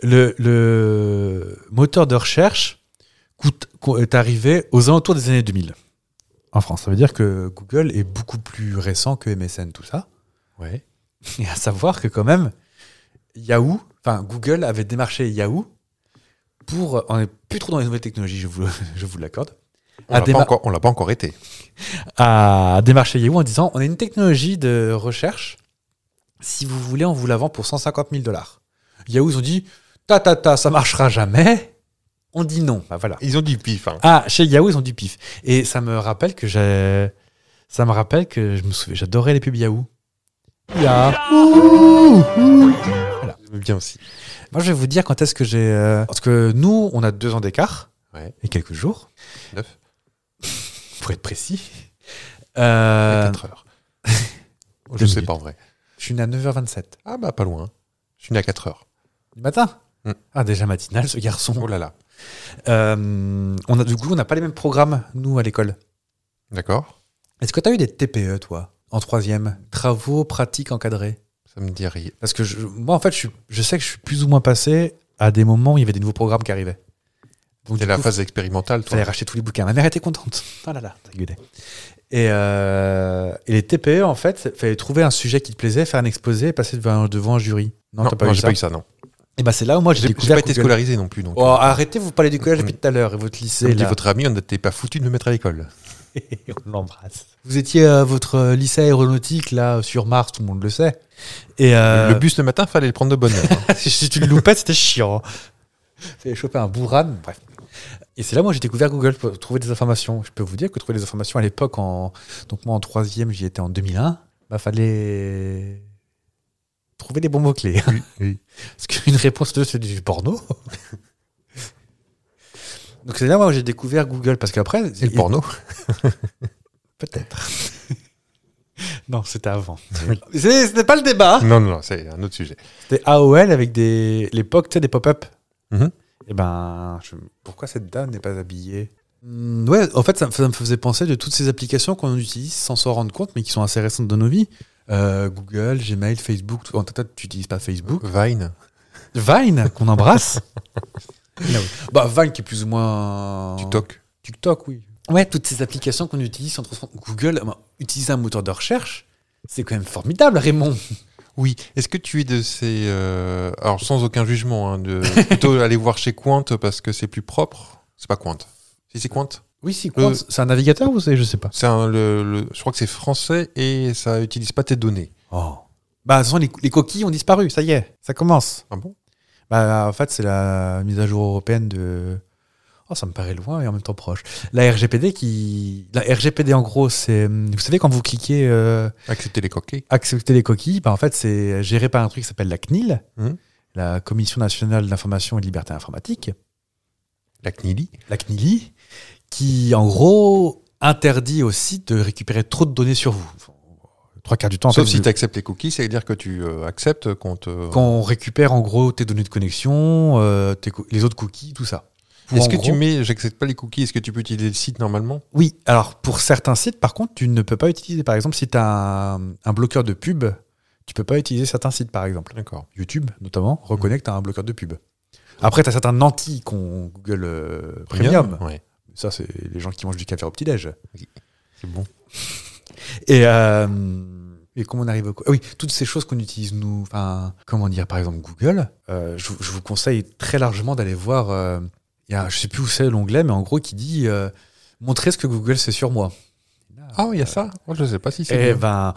le, le moteur de recherche coûte- co- est arrivé aux alentours des années 2000 en France. Ça veut dire que Google est beaucoup plus récent que MSN, tout ça. Ouais. Et à savoir que quand même, Yahoo, enfin Google avait démarché Yahoo pour, on n'est plus trop dans les nouvelles technologies, je vous, je vous l'accorde, On À l'a pas, déma- encore- on l'a pas encore été. à démarcher Yahoo en disant on a une technologie de recherche. Si vous voulez, on vous la vend pour 150 000 dollars. Yahoo, ils ont dit ta ta ta, ça marchera jamais. On dit non. Bah voilà. Ils ont du pif. hein. Ah, chez Yahoo, ils ont du pif. Et ça me rappelle que j'ai. Ça me rappelle que je me souviens, j'adorais les pubs Yahoo. Yahoo J'aime Bien aussi. Moi, je vais vous dire quand est-ce que j'ai. euh, Parce que nous, on a deux ans d'écart Ouais. et quelques jours. Neuf. Pour être précis. Euh, 4 heures. Je sais minutes. pas en vrai. je suis né à 9h27 Ah bah pas loin. Je suis né à 4 heures. du matin. Mm. Ah, déjà matinal, ce garçon. Oh là là. Euh, on a, du coup, on n'a pas les mêmes programmes, nous, à l'école. D'accord. Est-ce que tu as eu des TPE, toi, en troisième Travaux, pratiques encadrées Ça me dit rien. Parce que je- moi, en fait, je, suis- je sais que je suis plus ou moins passé à des moments où il y avait des nouveaux programmes qui arrivaient. Donc, C'est du la coup, phase Oh expérimentale, fallait toi. racheter tous les bouquins. Ma mère était contente. Ah là là, t'as gueulé. Et, euh, et les TPE, en fait, il fallait trouver un sujet qui te plaisait, faire un exposé et passer devant, devant un jury. Non, Non, t'as pas non, eu j'ai ça. pas eu ça, non. Et bah, c'est là où moi, j'ai J'ai j'ai découvert. pas été Google. scolarisé non plus. Donc, Oh, arrêtez, vous parlez du collège depuis Mm. tout à l'heure et votre lycée. comme dit là. votre ami, on n'était pas foutu de me mettre à l'école. on l'embrasse. Vous étiez à votre euh, lycée aéronautique, là, sur Mars, tout le monde le sait. Et euh, Le bus le matin, fallait le prendre de bonne heure. hein. si tu le loupais, c'était chiant. Fallait choper un bourran, bref. Et c'est là, moi, j'ai découvert Google pour trouver des informations. Je peux vous dire que trouver des informations à l'époque, en... donc moi, en troisième, j'y étais en 2001, bah, fallait trouver des bons mots-clés. oui. Parce qu'une réponse de c'est du porno. donc c'est là, moi, où j'ai découvert Google, parce qu'après... C'est le il- porno. Peut-être. non, c'était avant. C'est- C'était pas le débat. Non, non, non, c'est un autre sujet. C'était AOL avec des l'époque, tu sais, des pop-up. Mhm. Et ben, je- pourquoi cette dame n'est pas habillée Hmm, Ouais, en fait, ça me, ça me faisait penser de toutes ces applications qu'on utilise sans s'en rendre compte, mais qui sont assez récentes dans nos vies. Euh, Google, Gmail, Facebook. tout- En tout cas, tu n'utilises pas Facebook. Vine. Vine, qu'on embrasse. Là, oui. Bah, Vine qui est plus ou moins. TikTok. TikTok, oui. Ouais, toutes ces applications qu'on utilise sans trop se rendre- Google, ben, utiliser un moteur de recherche, c'est quand même formidable, Raymond. Oui. Est-ce que tu es de ces. euh, Alors, sans aucun jugement, hein, de plutôt aller voir chez Quant parce que c'est plus propre. C'est pas Quant. Si c'est Quant. Oui, si, Euh, c'est un navigateur ou c'est, je sais pas. C'est un- le, le- je crois que c'est français et ça utilise pas tes données. Oh. Bah, de toute façon, les, les coquilles ont disparu, ça y est, ça commence. Ah bon Bah, en fait, c'est la mise à jour européenne de. Oh, ça me paraît loin et en même temps proche. La RGPD qui. La RGPD, en gros, c'est. hum, Vous savez, quand vous cliquez euh, Accepter les coquets. accepter les coquilles, bah, en fait, c'est géré par un truc qui s'appelle la CNIL, Mhm. la Commission nationale d'information et de liberté informatique. La CNILI. la CNILI, qui en gros interdit au site de récupérer trop de données sur vous. Enfin, Trois quarts du temps, en Sauf fait, si vous- tu acceptes les cookies, ça veut dire que tu euh, acceptes qu'on te. quand on récupère en gros tes données de connexion, euh, tes cou- les autres cookies, tout ça. Ou en Est-ce que tu gros- mets, j'accepte pas les cookies, est-ce que tu peux utiliser le site normalement Oui, alors pour certains sites, par contre, tu ne peux pas utiliser. Par exemple, si tu as un, un bloqueur de pub, tu peux pas utiliser certains sites, par exemple. D'accord. YouTube, notamment, reconnaît que tu as un bloqueur de pub. Après, tu as certains nantis qu'on Google euh, Premium. Ouais, Ça, c'est les gens qui mangent du café au petit-déj. c'est bon. Et, euh, et comment on arrive au... Ah oui, toutes ces choses qu'on utilise, nous, enfin, comment dire, par exemple Google, euh, je, vous- je vous conseille très largement d'aller voir, euh, il y a, je sais plus où c'est l'onglet, mais en gros qui dit euh, Montrez ce que Google sait sur moi Ah, il y a ça Moi, Je sais pas si Eh c'est. bien. ben,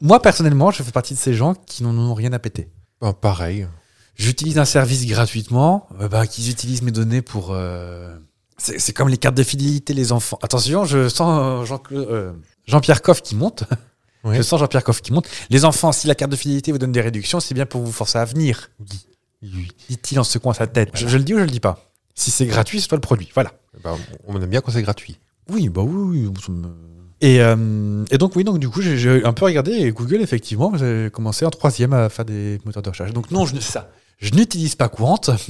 moi personnellement, je fais partie de ces gens qui n'en ont rien à péter. Ah, pareil. J'utilise un service gratuitement, euh, bah, qu'ils utilisent mes données pour. euh, C'est c'est comme les cartes de fidélité, les enfants. Attention, je sens euh, Jean- euh, Jean-Pierre Coff qui monte. Ouais. Je sens Jean-Pierre Coff qui monte. Les enfants, si la carte de fidélité vous donne des réductions, c'est bien pour vous forcer à venir, Oui. Oui. dit-il en secouant sa tête. Je, je le dis ou je le dis pas Si c'est gratuit, c'est toi le produit. Voilà. Bah, on aime bien quand c'est gratuit. Oui, bah oui, oui. ça me- Et, euh, et donc oui, donc du coup j'ai- j'ai un peu regardé et Google effectivement j'ai commencé en troisième à faire des moteurs de recherche. Donc non, je ne ça, je n'utilise pas Courante.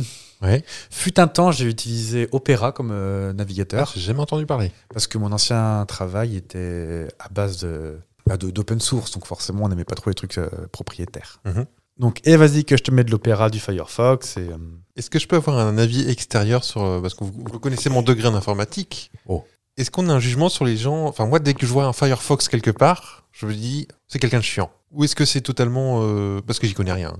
Ouais. Fut un temps j'ai utilisé Opera comme euh, Ah, navigateur J'ai jamais entendu parler. parce que mon ancien travail était à base de bah, de- d'open source, donc forcément on n'aimait pas trop les trucs euh, propriétaires. Mhm. Donc et vas-y que je te mets de l'Opera, du Firefox et euh, Est-ce que je peux avoir un avis extérieur sur. euh, Parce que vous, vous connaissez mon degré en informatique. Oh. Est-ce qu'on a un jugement sur les gens Enfin, moi, dès que je vois un Firefox quelque part, je me dis, c'est quelqu'un de chiant. Ou est-ce que c'est totalement. euh, Parce que j'y connais rien.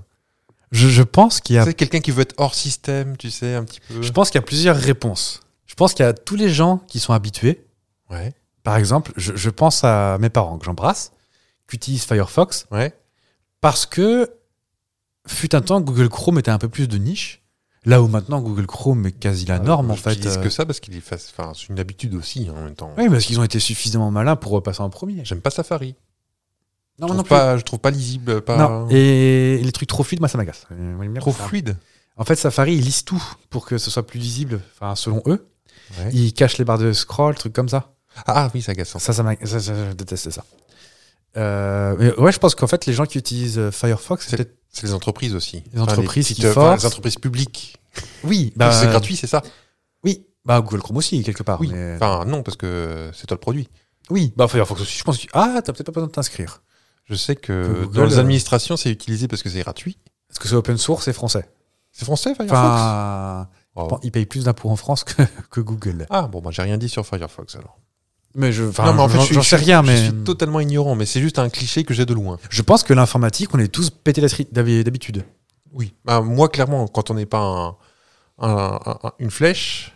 je, je pense qu'il y a C'est quelqu'un qui veut être hors système, tu sais, un petit peu. je pense qu'il y a plusieurs réponses. Je pense qu'il y a tous les gens qui sont habitués Ouais. Par exemple, je, je pense à mes parents que j'embrasse, qui utilisent Firefox, Ouais. parce que fut un temps, Google Chrome était un peu plus de niche. Là où maintenant, Google Chrome est quasi la norme, en Ah Je fait. dis Euh, que ça parce qu'il est. face- Enfin, c'est une habitude aussi hein, en même temps. Oui, parce qu'ils ont été suffisamment malins pour euh, passer en premier. J'aime pas Safari. Non, je, trouve pas, je trouve pas lisible, pas Non, et les trucs trop fluides, moi, ça m'agace. Euh, moi, j'aime bien trop ça. fluide. En fait, Safari, ils lisent tout pour que ce soit plus lisible, enfin, selon eux. Ouais. Ils cachent les barres de scroll, trucs comme ça. Ah oui, c'est agaçant. Ça, ça, m'a- ça, ça, je déteste ça. Euh, mais ouais, je pense qu'en fait, les gens qui utilisent euh, Firefox, c'est peut-être C'est les entreprises aussi. Les entreprises petites, qui euh, enfin, forcent. Ben, les entreprises publiques. Oui, Parce que c'est gratuit, c'est ça Oui, euh, bah Google Chrome aussi quelque part. Oui. mais- Enfin, non, parce que c'est toi le produit. oui, bah Firefox aussi. Je pense que ah, t'as peut-être pas besoin de t'inscrire. Je sais Que que Google, dans les euh, administrations, c'est utilisé parce que c'est gratuit. Parce que c'est open source et français. C'est français, Firefox Enfin, Oh. bon, ils payent plus d'impôts en France que, que Google. Ah, bon, bah, j'ai rien dit sur Firefox alors. Mais je, enfin, Non, mais en fait, j'en- je suis- j'en sais rien, mais Je suis totalement ignorant, mais c'est juste un cliché que j'ai de loin. je pense que l'informatique, on est tous pété la tri- d'hab- d'habitude. Oui. Bah, moi, clairement, quand on n'est pas un- un- un- un- une flèche,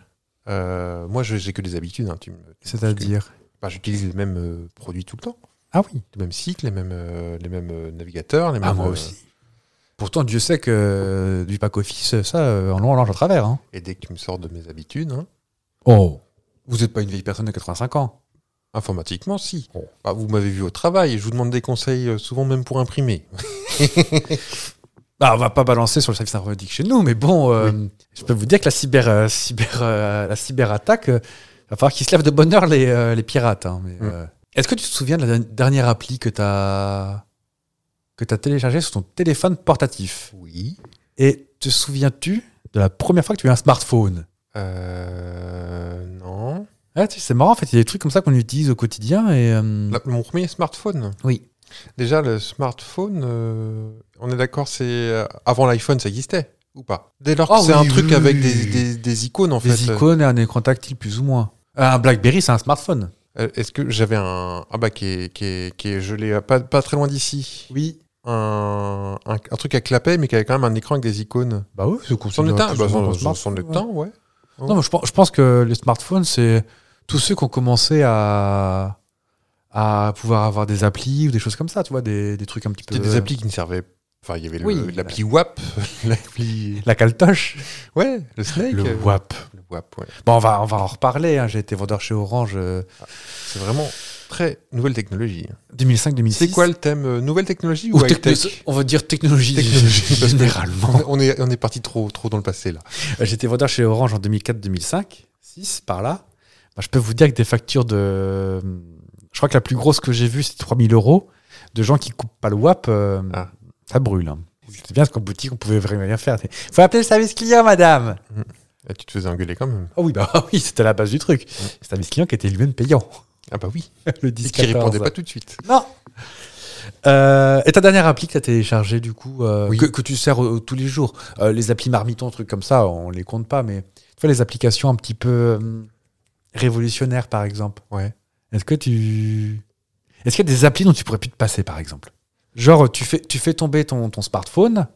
euh, moi, je- j'ai que des habitudes. hein, tu me- C'est-à-dire. Bah, J'utilise les mêmes euh, produits tout le temps. Ah oui. Les mêmes sites, les mêmes, euh, les mêmes euh, navigateurs, les mêmes. Ah, moi euh, aussi. Pourtant, Dieu sait que euh, du pack office, ça, euh, en long, en large, en travers. hein. et dès que tu me sors de mes habitudes, hein, Oh. Vous n'êtes pas une vieille personne de 85 ans. Informatiquement, si. Bah, vous m'avez vu au travail, je vous demande des conseils euh, souvent même pour imprimer. Bah, on va pas balancer sur le service informatique chez nous, mais bon, euh, je peux vous dire que la cyber, euh, cyber, euh, la cyberattaque, euh, va falloir qu'ils se lèvent de bonne heure les, euh, les pirates. hein, mais, Mm. euh, Est-ce que tu te souviens de la der- dernière appli que tu as que t'as téléchargée sur ton téléphone portatif Oui. Et te souviens-tu de la première fois que tu as eu un smartphone Euh, non. Ouais, tu sais, C'est marrant, en fait, il y a des trucs comme ça qu'on utilise au quotidien et euh, Là, mon premier smartphone. Oui. Déjà, le smartphone, euh, on est d'accord, c'est euh, avant l'iPhone, ça existait ou pas Dès lors que Ah c'est oui, un oui, truc oui, avec oui. des, des- des icônes, en des fait. icônes et un écran tactile plus ou moins. Un BlackBerry, c'est un smartphone. Euh, Est-ce que j'avais un ah bah qui est, qui est, qui est- je l'ai euh, pas pas très loin d'ici. Oui. Un, un, un truc à clapet, mais qui avait quand même un écran avec des icônes. Bah oui, c'est C'en est un. plus Bah, ou moins c'en- un c'en- smartphone, c'en ouais. est un, ouais. Non, mais je, pense- je pense que les smartphones, c'est tous ceux qui ont commencé à, à pouvoir avoir des applis ou des choses comme ça, tu vois, des, des trucs un petit peu. C'était des applis qui ne servaient. Enfin, il y avait le- Oui. l'appli WAP, l'appli. euh, La caltoche. Ouais, le Snake. Le euh, WAP. le WAP, ouais. Bon, on va, on va en reparler. hein, J'ai été vendeur chez Orange euh, C'est vraiment très nouvelle technologie. 2005-2006. C'est quoi le thème euh, Nouvelle technologie ou, Ou high techno- tech On va dire technologie, Technologie, parce que- généralement. on est, on est parti trop, trop dans le passé, là. J'étais vendeur chez Orange en 2004-2005, 6 par là. Bah, je peux vous dire que des factures de. Je crois que la plus grosse que j'ai vue, c'est 3000 euros de gens qui coupent pas le WAP. euh, Ah. Ça brûle. hein. C'est bien parce qu'en boutique, on pouvait vraiment rien faire. Il faut appeler le service client, madame. Et Ah, tu te faisais engueuler quand même. Ah oui, bah oui, c'était la base du truc. C'est un vice client qui était lui-même payant. Ah bah oui. le Et disque qui 14. répondait pas tout de suite. Non. Euh, et ta dernière appli que tu as téléchargée, du coup, euh, Oui. que, que tu sers euh, tous les jours. Euh, les applis marmitons, trucs comme ça, on les compte pas, mais tu vois, les applications un petit peu euh, révolutionnaires, par exemple. Ouais. Est-ce que tu. Est-ce qu'il y a des applis dont tu pourrais plus te passer, par exemple Genre, tu fais, tu fais tomber ton, ton smartphone,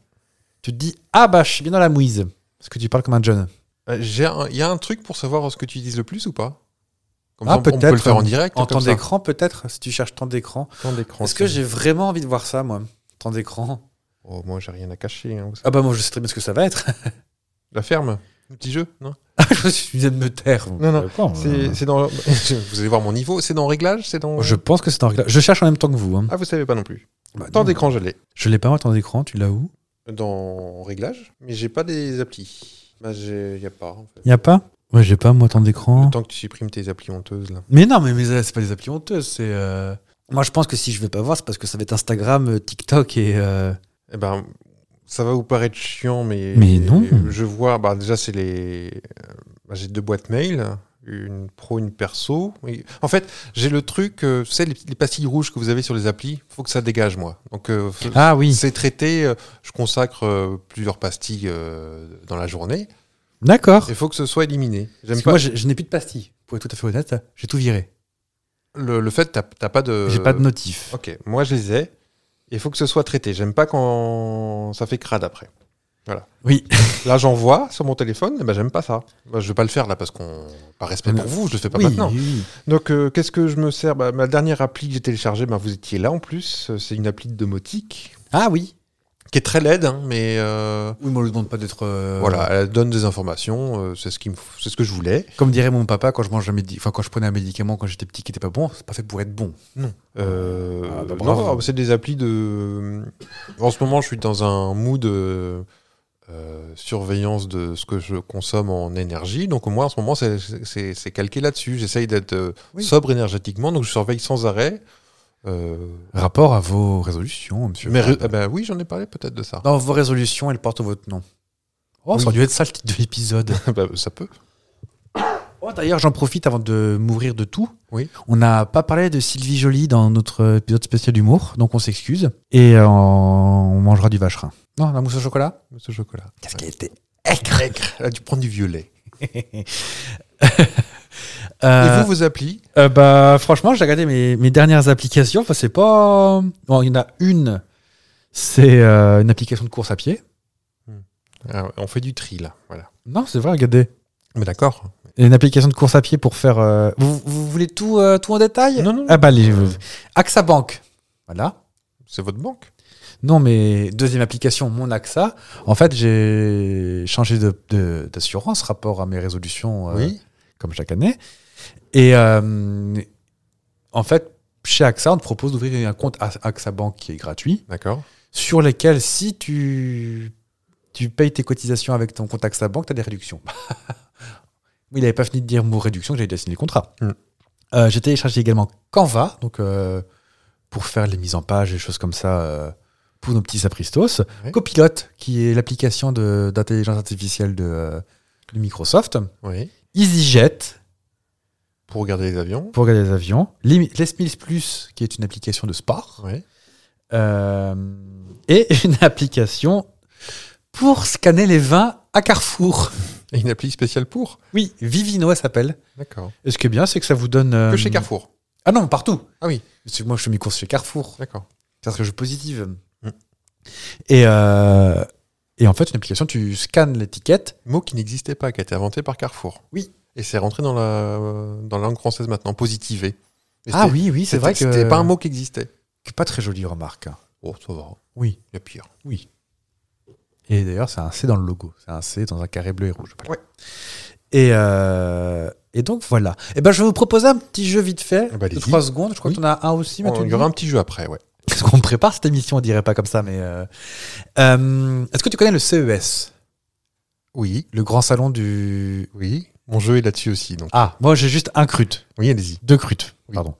tu te dis Ah bah, je suis bien dans la mouise. Parce que tu parles comme un jeune. Euh, j'ai un- Il y a un truc pour savoir ce que tu utilises le plus ou pas Comme Ah, ça, on- on peut le peut-être, faire en euh, direct. En comme temps ça. d'écran, peut-être, si tu cherches temps d'écran. Temps d'écran. Est-ce que c'est- j'ai vraiment envie de voir ça, moi Temps d'écran Oh, moi, j'ai rien à cacher. hein, vous savez. Ah bah, moi, je sais très bien ce que ça va être. La ferme Le petit jeu Non je suis obligé de me taire. Non, non, Je comprends, C'est euh. c'est dans. vous allez voir mon niveau. C'est dans réglage C'est dans. Je pense que c'est en règle. Je cherche en même temps que vous. hein. Ah, vous savez pas non plus. Bah, non. Temps d'écran, j'allais. Je l'ai pas, moi, temps d'écran. Tu l'as où Dans réglage, mais j'ai pas des applis. Bah, il n'y a pas. En fait. Il Y a pas hein. Ouais, j'ai pas, moi, temps d'écran. Le temps que tu supprimes tes applis honteuses, là. Mais non, mais, mais euh, c'est pas des applis honteuses. C'est. euh, Moi, je pense que si je vais pas voir, c'est parce que ça va être Instagram, euh, TikTok et. euh, Eh ben, ça va vous paraître chiant, mais. Mais non. Je vois, bah, déjà, c'est les. euh, bah, j'ai deux boîtes mail, une pro, une perso. Oui. En fait, j'ai le truc, euh, vous savez, les, les pastilles rouges que vous avez sur les applis, faut que ça dégage, moi. Donc, euh, faut- Ah oui. c'est traité, euh, je consacre euh, plusieurs pastilles euh, dans la journée. D'accord. Il faut que ce soit éliminé. J'aime Parce que pas Moi, je, je n'ai plus de pastilles. Pour être tout à fait honnête, j'ai tout viré. le, le fait que t'as t'as pas de. J'ai pas de notif. Ok, moi je les ai. Il faut que ce soit traité. J'aime pas quand ça fait crade après. Oui. Là, j'en vois sur mon téléphone, eh ben, j'aime pas ça. Bah, je vais pas le faire là parce qu'on. Par respect pour vous, je le fais pas oui, maintenant. oui. Donc, euh, qu'est-ce que je me sers Bah, Ma dernière appli que j'ai téléchargée, bah, vous étiez là en plus. Euh, C'est une appli de domotique Ah oui. qui est très laide, hein, mais euh, Oui, mais on ne demande pas d'être. euh, voilà, elle donne des informations. euh, c'est ce, qui me- c'est ce que je voulais. Comme dirait mon papa, quand je, mange un médi- enfin, quand je prenais un médicament quand j'étais petit qui n'était pas bon, c'est pas fait pour être bon. Euh, Ah, bah, non, bravo. non, c'est des applis de. euh, En ce moment, je suis dans un mood euh, euh, surveillance de ce que je consomme en énergie. Donc, moi, en ce moment, c'est- c'est c'est calqué là-dessus. J'essaye d'être euh, Oui. sobre énergétiquement, donc je surveille sans arrêt. Euh, Rapport à vos résolutions, monsieur. mais ré- ah bah oui, j'en ai parlé peut-être de ça. Dans vos résolutions, elles portent votre nom. Oh, ça Oui. aurait dû être ça le titre de l'épisode. Bah, ça peut. Oh, D'ailleurs, j'en profite avant de mourir de tout. Oui. On n'a pas parlé de Sylvie Joly dans notre épisode spécial humour, donc on s'excuse. Et euh, on mangera du vacherin. Non, la mousse au chocolat Ce chocolat. Qu'est-ce qu'elle était Elle a dû prendre du violet. Euh, Et vous, vos applis Euh, bah, franchement, j'ai regardé mes, mes dernières applications. Enfin, c'est pas. Bon, il y en a une. C'est euh, une application de course à pied. Ah, On fait du tri là. Voilà. Non, c'est vrai, regardez. Mais d'accord. Il y a Une application de course à pied pour faire. euh, Vous, vous voulez tout, euh, tout en détail Non, non, non. Ah, bah, les... AXA Bank. Voilà. C'est votre banque. Non, mais deuxième application, mon AXA. En fait, j'ai changé de- de- d'assurance rapport à mes résolutions. euh, comme chaque année. Et euh, en fait, chez AXA, on te propose d'ouvrir un compte à- AXA Bank qui est gratuit, D'accord. sur lesquels, si tu, tu payes tes cotisations avec ton compte AXA Bank, tu as des réductions. Il n'avait pas fini de dire mot réduction, j'avais déjà signé le contrat. Mm. Euh, J'ai téléchargé également Canva, donc euh, pour faire les mises en page et choses comme ça euh, pour nos petits sapristos. Ouais. Copilote, qui est l'application de- d'intelligence artificielle de, euh, de Microsoft. Oui. EasyJet, Pour regarder les avions. pour regarder les avions. Lim- Les Mills Plus, qui est une application de sport. Oui. Euh, et une application pour scanner les vins à Carrefour. Et une appli spéciale pour Oui, Vivino elle s'appelle. D'accord. Et ce qui est bien, c'est que ça vous donne. euh, Que chez Carrefour. Ah non, partout. Ah oui. Parce que moi, je fais mes courses chez Carrefour. D'accord. C'est ce que je positive. Mm. Et, euh, et en fait, une application, tu scannes l'étiquette. Mot qui n'existait pas, qui a été inventé par Carrefour. Oui. Et c'est rentré dans la, euh, dans la langue française maintenant, positivé. Et Ah c'était- oui, oui, c'est c'était- vrai que. C'était pas un mot qui existait. Pas très jolie remarque. hein. Oh, ça va. Oui. Il y a pire. Et d'ailleurs, c'est un C dans le logo. C'est un C dans un carré bleu et rouge. Voilà. Ouais. Et, euh, et donc voilà. Et ben, je vais vous proposer un petit jeu vite fait. Eh ben, de allez-y. 3 secondes. Je crois Oui. qu'on a un aussi. On- Mathieu, Il y aura un petit jeu après, ouais. Parce qu'on prépare cette émission, on dirait pas comme ça. mais euh, euh, Est-ce que tu connais le CES Oui. Le grand salon du. Oui. Mon jeu est là-dessus aussi. Donc, Ah, moi j'ai juste un crut. oui, allez-y. Deux crutes, Oui. pardon.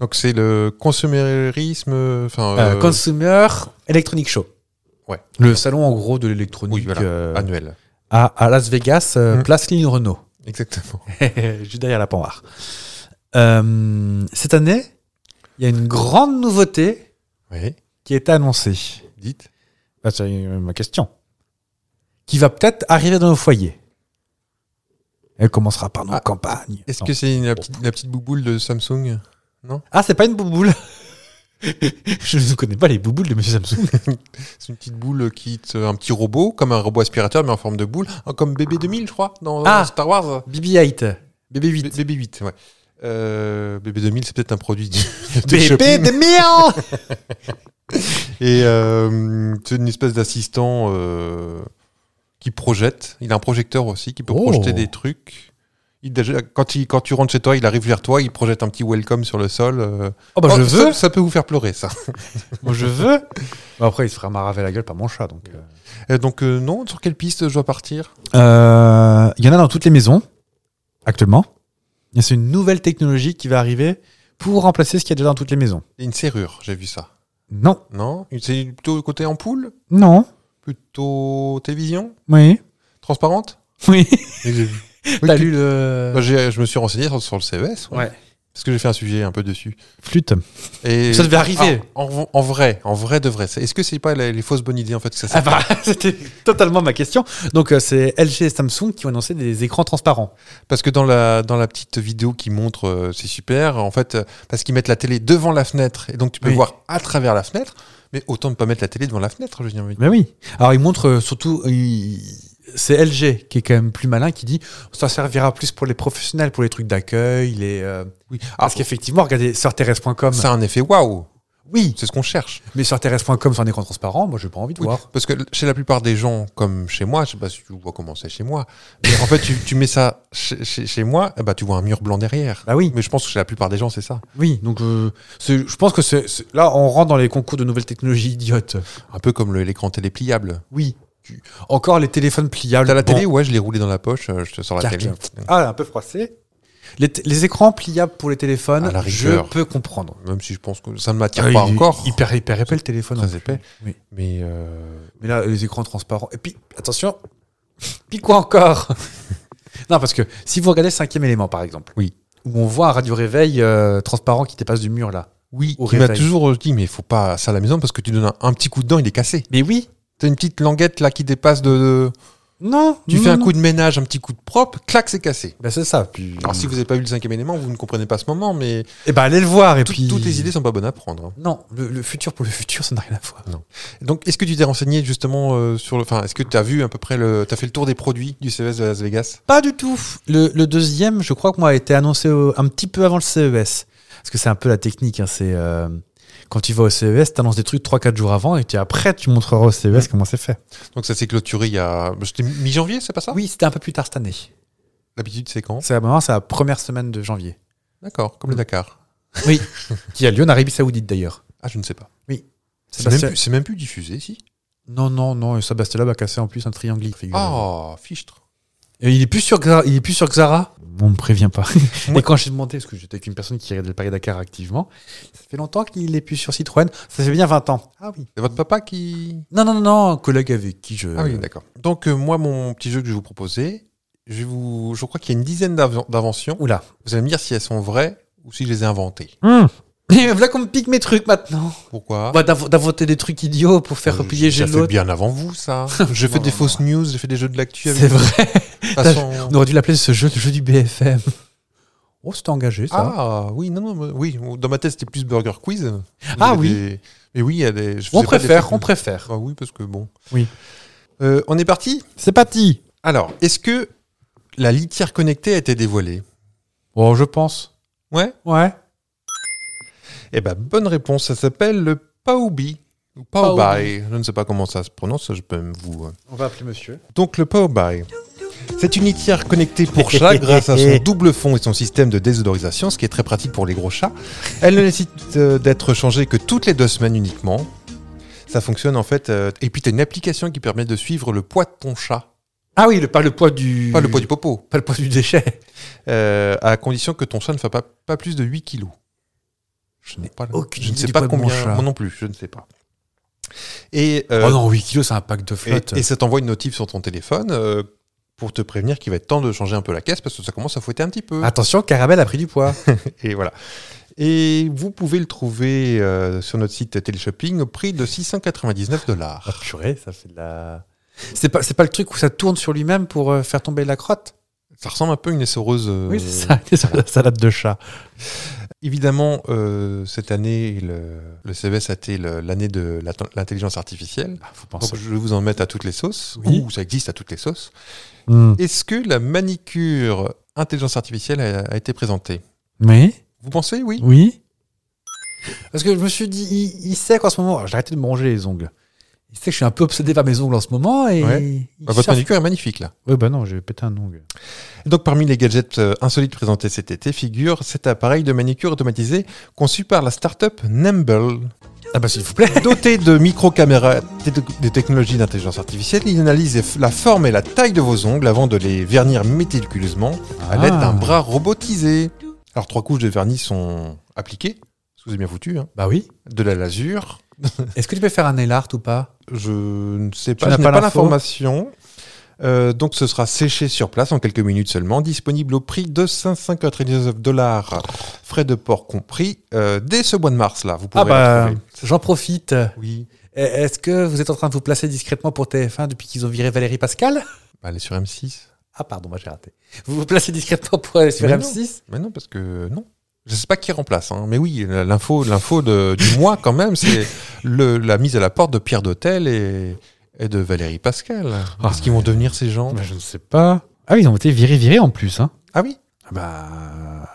Donc, c'est le consumérisme. Enfin, Euh, euh, Consumer Electronic Show. Ouais. Le salon en gros de l'électronique Oui, voilà. euh, annuel. à, à Las Vegas, euh, Mm. place Ligne Renault. Exactement. Juste derrière la Panhard. Euh, cette année, il y a une grande nouveauté Oui, qui est annoncée. dites. Bah, c'est ma question. Qui va peut-être arriver dans nos foyers. Elle commencera par nos Ah. campagnes. Est-ce Non. que c'est la petite, la petite bouboule de Samsung Ah, c'est pas une bouboule Je ne connais pas les bouboules de Monsieur Samsung. C'est une petite boule qui est euh, un petit robot, comme un robot aspirateur, mais en forme de boule, Ah, comme BB-2000, je crois, dans Ah. dans Star Wars. BB-8. BB-8. BB-8, ouais. Euh, BB-2000, c'est peut-être un produit du- de Shopee. BP de Mian Et euh, c'est une espèce d'assistant euh, qui projette. Il a un projecteur aussi qui peut Oh. projeter des trucs. Il, déjà, quand, il, quand tu rentres chez toi, il arrive vers toi, il projette un petit welcome sur le sol. euh. Oh bah Oh, je ça- veux Ça, peut vous faire pleurer, ça. Moi je veux Bah, Après il se fera maraver la gueule par mon chat donc... euh. Euh, donc, euh, non, sur quelle piste je dois partir Euh, Il y en a dans toutes les maisons, actuellement. Et C'est une nouvelle technologie qui va arriver pour remplacer ce qu'il y a déjà dans toutes les maisons. Une serrure, j'ai vu ça. Non. Non C'est plutôt côté ampoule Non. Plutôt télévision Oui. Transparente Oui. J'ai vu. T'as lu le... Bah, j'ai- Je me suis renseigné sur, sur le CES. ouais. Ouais. Parce que j'ai fait un sujet un peu dessus. Flûte. Et Ça devait arriver. Ah, en, en vrai, en vrai de vrai. C'est- Est-ce que c'est pas les, les fausses bonnes idées en fait que ça Ah sert bah, c'était totalement ma question. Donc euh, c'est LG et Samsung qui ont annoncé des écrans transparents. Parce que dans la dans la petite vidéo qui montre euh, c'est super en fait euh, parce qu'ils mettent la télé devant la fenêtre et donc tu peux Oui. voir à travers la fenêtre. Mais autant ne pas mettre la télé devant la fenêtre, je veux dire. mais- Mais Ben oui. Alors ils montrent euh, surtout, euh, ils- c'est LG qui est quand même plus malin, qui dit ça servira plus pour les professionnels, pour les trucs d'accueil, les. euh, Oui. Ah, Parce qu'effectivement, regardez sur terrestre.com. ça a un effet waouh. Oui, C'est ce qu'on cherche. mais sur terrestre.com, sur un écran transparent, moi j'ai pas envie de Oui, voir. Parce que chez la plupart des gens, comme chez moi, je sais pas si tu vois comment c'est chez moi, mais en fait, tu, tu mets ça chez, chez- chez moi, eh ben, tu vois un mur blanc derrière. Bah oui, Mais je pense que chez la plupart des gens, c'est ça. oui. Donc euh, c'est- je pense que c'est c'est- là, on rentre dans les concours de nouvelles technologies idiotes. Un peu comme le- l'écran télé pliable. Oui. Tu- Encore les téléphones pliables. T'as la Bon. télé Ouais, je l'ai roulé dans la poche, euh, je te sors la Clac. télé. Ah, un peu froissé. Les, t- les écrans pliables pour les téléphones, À la je rigueur. peux comprendre. Même si je pense que ça ne Ah m'attire pas encore. Hyper, hyper épais le téléphone. Très en plus. épais. Oui. Mais euh, Mais là, les écrans transparents. Et puis, attention, puis quoi encore Non, parce que si vous regardez Cinquième élément, par exemple, Oui. où on voit un radio-réveil euh, transparent qui dépasse du mur, là. oui, Au il m'a réveil. toujours dit, mais faut pas ça à la maison parce que tu donnes un, un petit coup dedans, il est cassé. Mais oui T'as une petite languette là qui dépasse de. de- Non Tu non, fais un non. coup de ménage, un petit coup de propre, clac, c'est cassé. Ben, c'est ça. Puis... Alors si vous n'avez pas vu le cinquième élément, vous ne comprenez pas ce moment, mais Eh ben, allez le voir. Et tout- puis... toutes les idées sont pas bonnes à prendre. hein. Non, le, le futur pour le futur, ça n'a rien à voir. Donc est-ce que tu t'es renseigné justement euh, sur le... Enfin, est-ce que tu as vu à peu près le... Tu as fait le tour des produits du CES de Las Vegas Pas du tout. Le, le deuxième, je crois que moi, a été annoncé au- un petit peu avant le CES. Parce que c'est un peu la technique. hein, c'est euh, Quand tu vas au CES, tu annonces des trucs 3-4 jours avant et puis après, tu montreras au CES comment c'est fait. Donc ça s'est clôturé il y a... C'était mi-janvier, c'est pas ça Oui, c'était un peu plus tard cette année. L'habitude c'est quand C'est à moment, c'est la première semaine de janvier. D'accord, comme le Dakar. Qui a lieu en Arabie Saoudite d'ailleurs. Ah, je ne sais pas. C'est même, Sébastien- plus- c'est même plus diffusé, si. Non, non, non, et Sabastella va casser en plus un triangle. figurez-vous. Ah, fichtre. Et Euh, il est plus sur Xa- il est plus sur Xara On me prévient pas. Moi- Et quand j'ai demandé, parce que j'étais avec une personne qui regardait le Paris Dakar activement, ça fait longtemps qu'il est plus sur Citroën. Ça fait bien 20 ans. Ah oui. C'est votre papa qui. Non, non, non, non, un collègue avec qui je. Ah oui, d'accord. Donc, euh, moi, mon petit jeu que je vais vous proposer, je, vais vous... je crois qu'il y a une dizaine d'inven- d'inventions. Oula. Vous allez me dire si elles sont vraies ou si je les ai inventées. Et Voilà qu'on me pique mes trucs maintenant. Pourquoi Bah, d'inv- D'inventer des trucs idiots pour faire Euh, replier j'ai j'ai déjà fait l'autre. bien avant vous, ça. J'ai fait Non, des non, fausses news, j'ai fait des jeux de l'actu avec C'est vrai. de façon- On aurait dû l'appeler ce jeu, le jeu du BFM. Oh, c'était engagé ça. Ah oui, non, non, mais- oui. Dans ma tête, c'était plus Burger Quiz. Vous Ah avez oui. des- Mais oui, il y a des. on je faisais pas des préfère, fausses on news. préfère. Ah oui, parce que bon. Oui. Euh, on est parti C'est parti. Alors, est-ce que la litière connectée a été dévoilée Oh, je pense. Ouais. Ouais. Eh ben, bonne réponse. Ça s'appelle le Paobi. Ou Paobai. Je ne sais pas comment ça se prononce. Je peux même vous. euh. On va appeler monsieur. Donc, le Paobai. C'est une litière connectée pour chat grâce à son double fond et son système de désodorisation, ce qui est très pratique pour les gros chats. Elle ne nécessite euh, d'être changée que toutes les deux semaines uniquement. Ça fonctionne en fait. euh, Et puis, tu as une application qui permet de suivre le poids de ton chat. Ah oui, le, pas le poids du. Pas le poids du popo. Pas le poids du déchet. Euh, à condition que ton chat ne fasse pas, pas plus de 8 kilos. Je n'ai pas le- aucune Je ne idée sais du pas poids de mon combien. chat. Moi non plus, je ne sais pas. Et, euh, oh non, 8 kilos, c'est un pack de et, flotte. et ça t'envoie une notif sur ton téléphone. euh, pour te prévenir qu'il va être temps de changer un peu la caisse parce que ça commence à fouetter un petit peu. Attention, Caramel a pris du poids. Et voilà. Et vous pouvez le trouver euh, sur notre site Téléshopping au prix de 699 dollars. purée, ça fait de la. C'est pas, c'est pas le truc où ça tourne sur lui-même pour euh, faire tomber la crotte Ça ressemble un peu à une essoreuse. euh, c'est ça, la salade de chat. Évidemment, euh, cette année, le, le CES a été le- l'année de la- l'intelligence artificielle. Ah, faut Donc, je vais vous en mettre à toutes les sauces. Oui. Ou ça existe à toutes les sauces. Hmm. Est-ce que la manicure intelligence artificielle a, a été présentée Mais Vous pensez oui Oui. Parce que je me suis dit, il, il sait qu'en ce moment, j'ai arrêté de me ronger les ongles. Il sait que je suis un peu obsédé par mes ongles en ce moment et. Ouais. il Bah, Votre surfe. manicure est magnifique là. Ouais, bah non, j'ai pété un ongle. Donc parmi les gadgets euh, insolites présentés cet été figure cet appareil de manicure automatisé conçu par la start-up Nimble. Ah bah s'il vous plaît. Doté de micro-caméras et de- des technologies d'intelligence artificielle, il analyse les f- la forme et la taille de vos ongles avant de les vernir méticuleusement à l'aide Ah. d'un bras robotisé. Alors trois couches de vernis sont appliquées, parce que vous êtes bien foutu, hein. Bah oui. de la lasure. Est-ce que tu peux faire un nail art ou pas Je ne sais Tu pas, n'as je n'ai pas pas l'info l'information. Euh, donc ce sera séché sur place en quelques minutes seulement, disponible au prix de 599 dollars, frais de port compris, euh, dès ce mois de mars là. Vous Ah, pourrez bah. la trouver. j'en profite. Oui. Eh, Est-ce que vous êtes en train de vous placer discrètement pour TF1 depuis qu'ils ont viré Valérie Pascal Bah, elle est sur M6. Ah pardon, moi j'ai raté. Vous vous placez discrètement pour aller sur Mais M6 Mais non parce que non. Je sais pas qui remplace, hein. mais oui, l'info, l'info de- du mois quand même, c'est le- la mise à la porte de Pierre d'Hôtel et, et de Valérie Pascal. Qu'est-ce qu'ils vont devenir ces gens Ah. Bah, Je ne sais pas. Ah oui, ils ont été virés, virés en plus. Hein. Ah oui, Bah,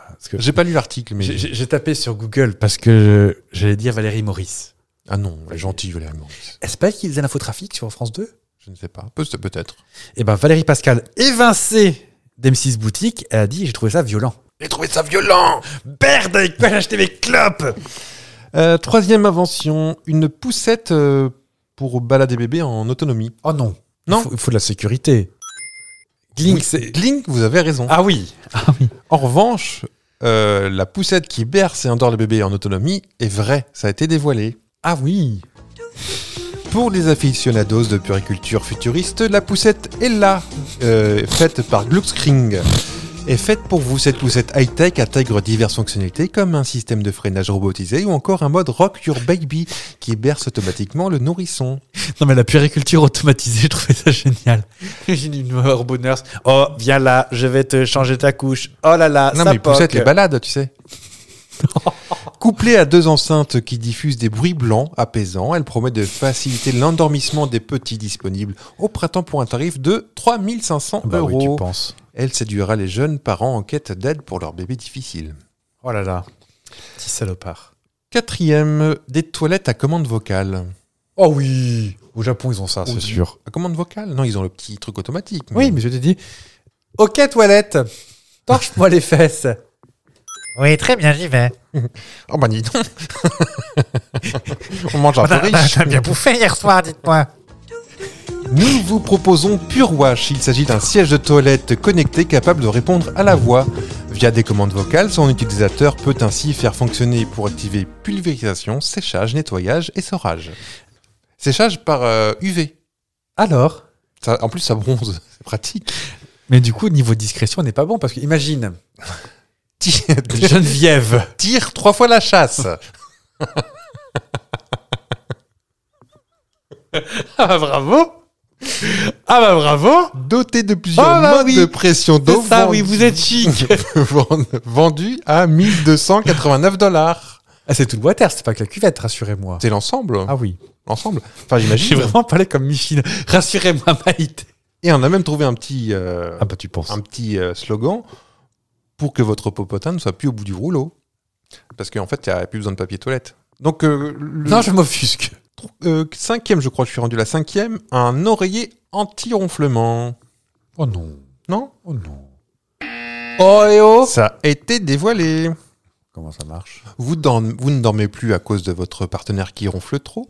parce que j'ai pas lu l'article, mais j'ai- j'ai j'ai tapé sur Google parce que j'allais dire Valérie Maurice. ah non, elle est gentille Valérie Maurice. Est-ce pas qu'ils faisaient l'infotrafic sur France 2 Je ne sais pas, Peut- peut-être. Eh ben Valérie Pascal évincée d'M6 Boutique, elle a dit j'ai trouvé ça violent. J'ai trouvé ça violent Merde, avec quoi j'ai acheté mes clopes Euh, Troisième invention, une poussette euh, pour balader bébé en autonomie. Oh non. Non. Il faut, il faut de la sécurité. Glink, c'est. Link, vous avez raison. Ah oui En revanche, euh, la poussette qui berce et endort le bébé en autonomie est vraie, ça a été dévoilé. Ah oui Pour les aficionados de puriculture futuriste, la poussette est là, euh, faite par Gluckskring. Et faite pour vous, cette poussette high-tech intègre diverses fonctionnalités comme un système de freinage robotisé ou encore un mode Rock Your Baby qui berce automatiquement le nourrisson. Non mais la puériculture automatisée, je trouvais ça génial. J'ai une bonheur. Oh, viens là, je vais te changer ta couche. Oh là là, Non, ça mais poussette poque. les balades, tu sais. Couplée à deux enceintes qui diffusent des bruits blancs apaisants, elle promet de faciliter l'endormissement des petits disponibles au printemps pour un tarif de 3500 Bah oui, tu euros. penses. elle séduira les jeunes parents en quête d'aide pour leur bébé difficile. Oh là là. Petit salopard. Quatrième, des toilettes à commande vocale. Oh oui Au Japon, ils ont ça, Ou- c'est sûr. À commande vocale Non, ils ont le petit truc automatique. mais- Oui, mais je t'ai dit, ok toilette, torche-moi les fesses. Oui, très bien, j'y vais. Oh bah dis donc Bah, On mange un On peu a, on a- riche. on a bien bouffé hier soir, dites-moi. Nous vous proposons PureWash. Il s'agit d'un siège de toilette connecté capable de répondre à la voix. Via des commandes vocales, son utilisateur peut ainsi faire fonctionner pour activer pulvérisation, séchage, nettoyage et sorage. Séchage par euh, UV. Alors Ça- en plus, ça bronze. C'est pratique. Mais du coup, niveau discrétion n'est pas bon, parce que imagine, Geneviève, Tire trois fois la chasse. ah bah bravo Ah bah bravo Doté de plusieurs Ah bah modes oui. de pression d'eau C'est ça, vend- oui, vous êtes chic vend- vendu à 1289 dollars. ah, C'est tout le water, c'est pas que la cuvette, rassurez-moi. C'est l'ensemble. Ah oui, L'ensemble. Enfin, j'ai j'imagine. vraiment parlé comme Michine. Rassurez-moi, Maïté. Et on a même trouvé un petit, euh, Ah bah tu penses. un petit euh, slogan pour que votre popotin ne soit plus au bout du rouleau. Parce qu'en fait, il n'y a plus besoin de papier toilette. Donc, euh, le Non, je m'offusque. euh, cinquième, je crois que je suis rendu la cinquième, un oreiller anti-ronflement. Oh non, Non oh non. Oh et oh Ça a été dévoilé. Comment ça marche Vous, dorm- vous ne dormez plus à cause de votre partenaire qui ronfle trop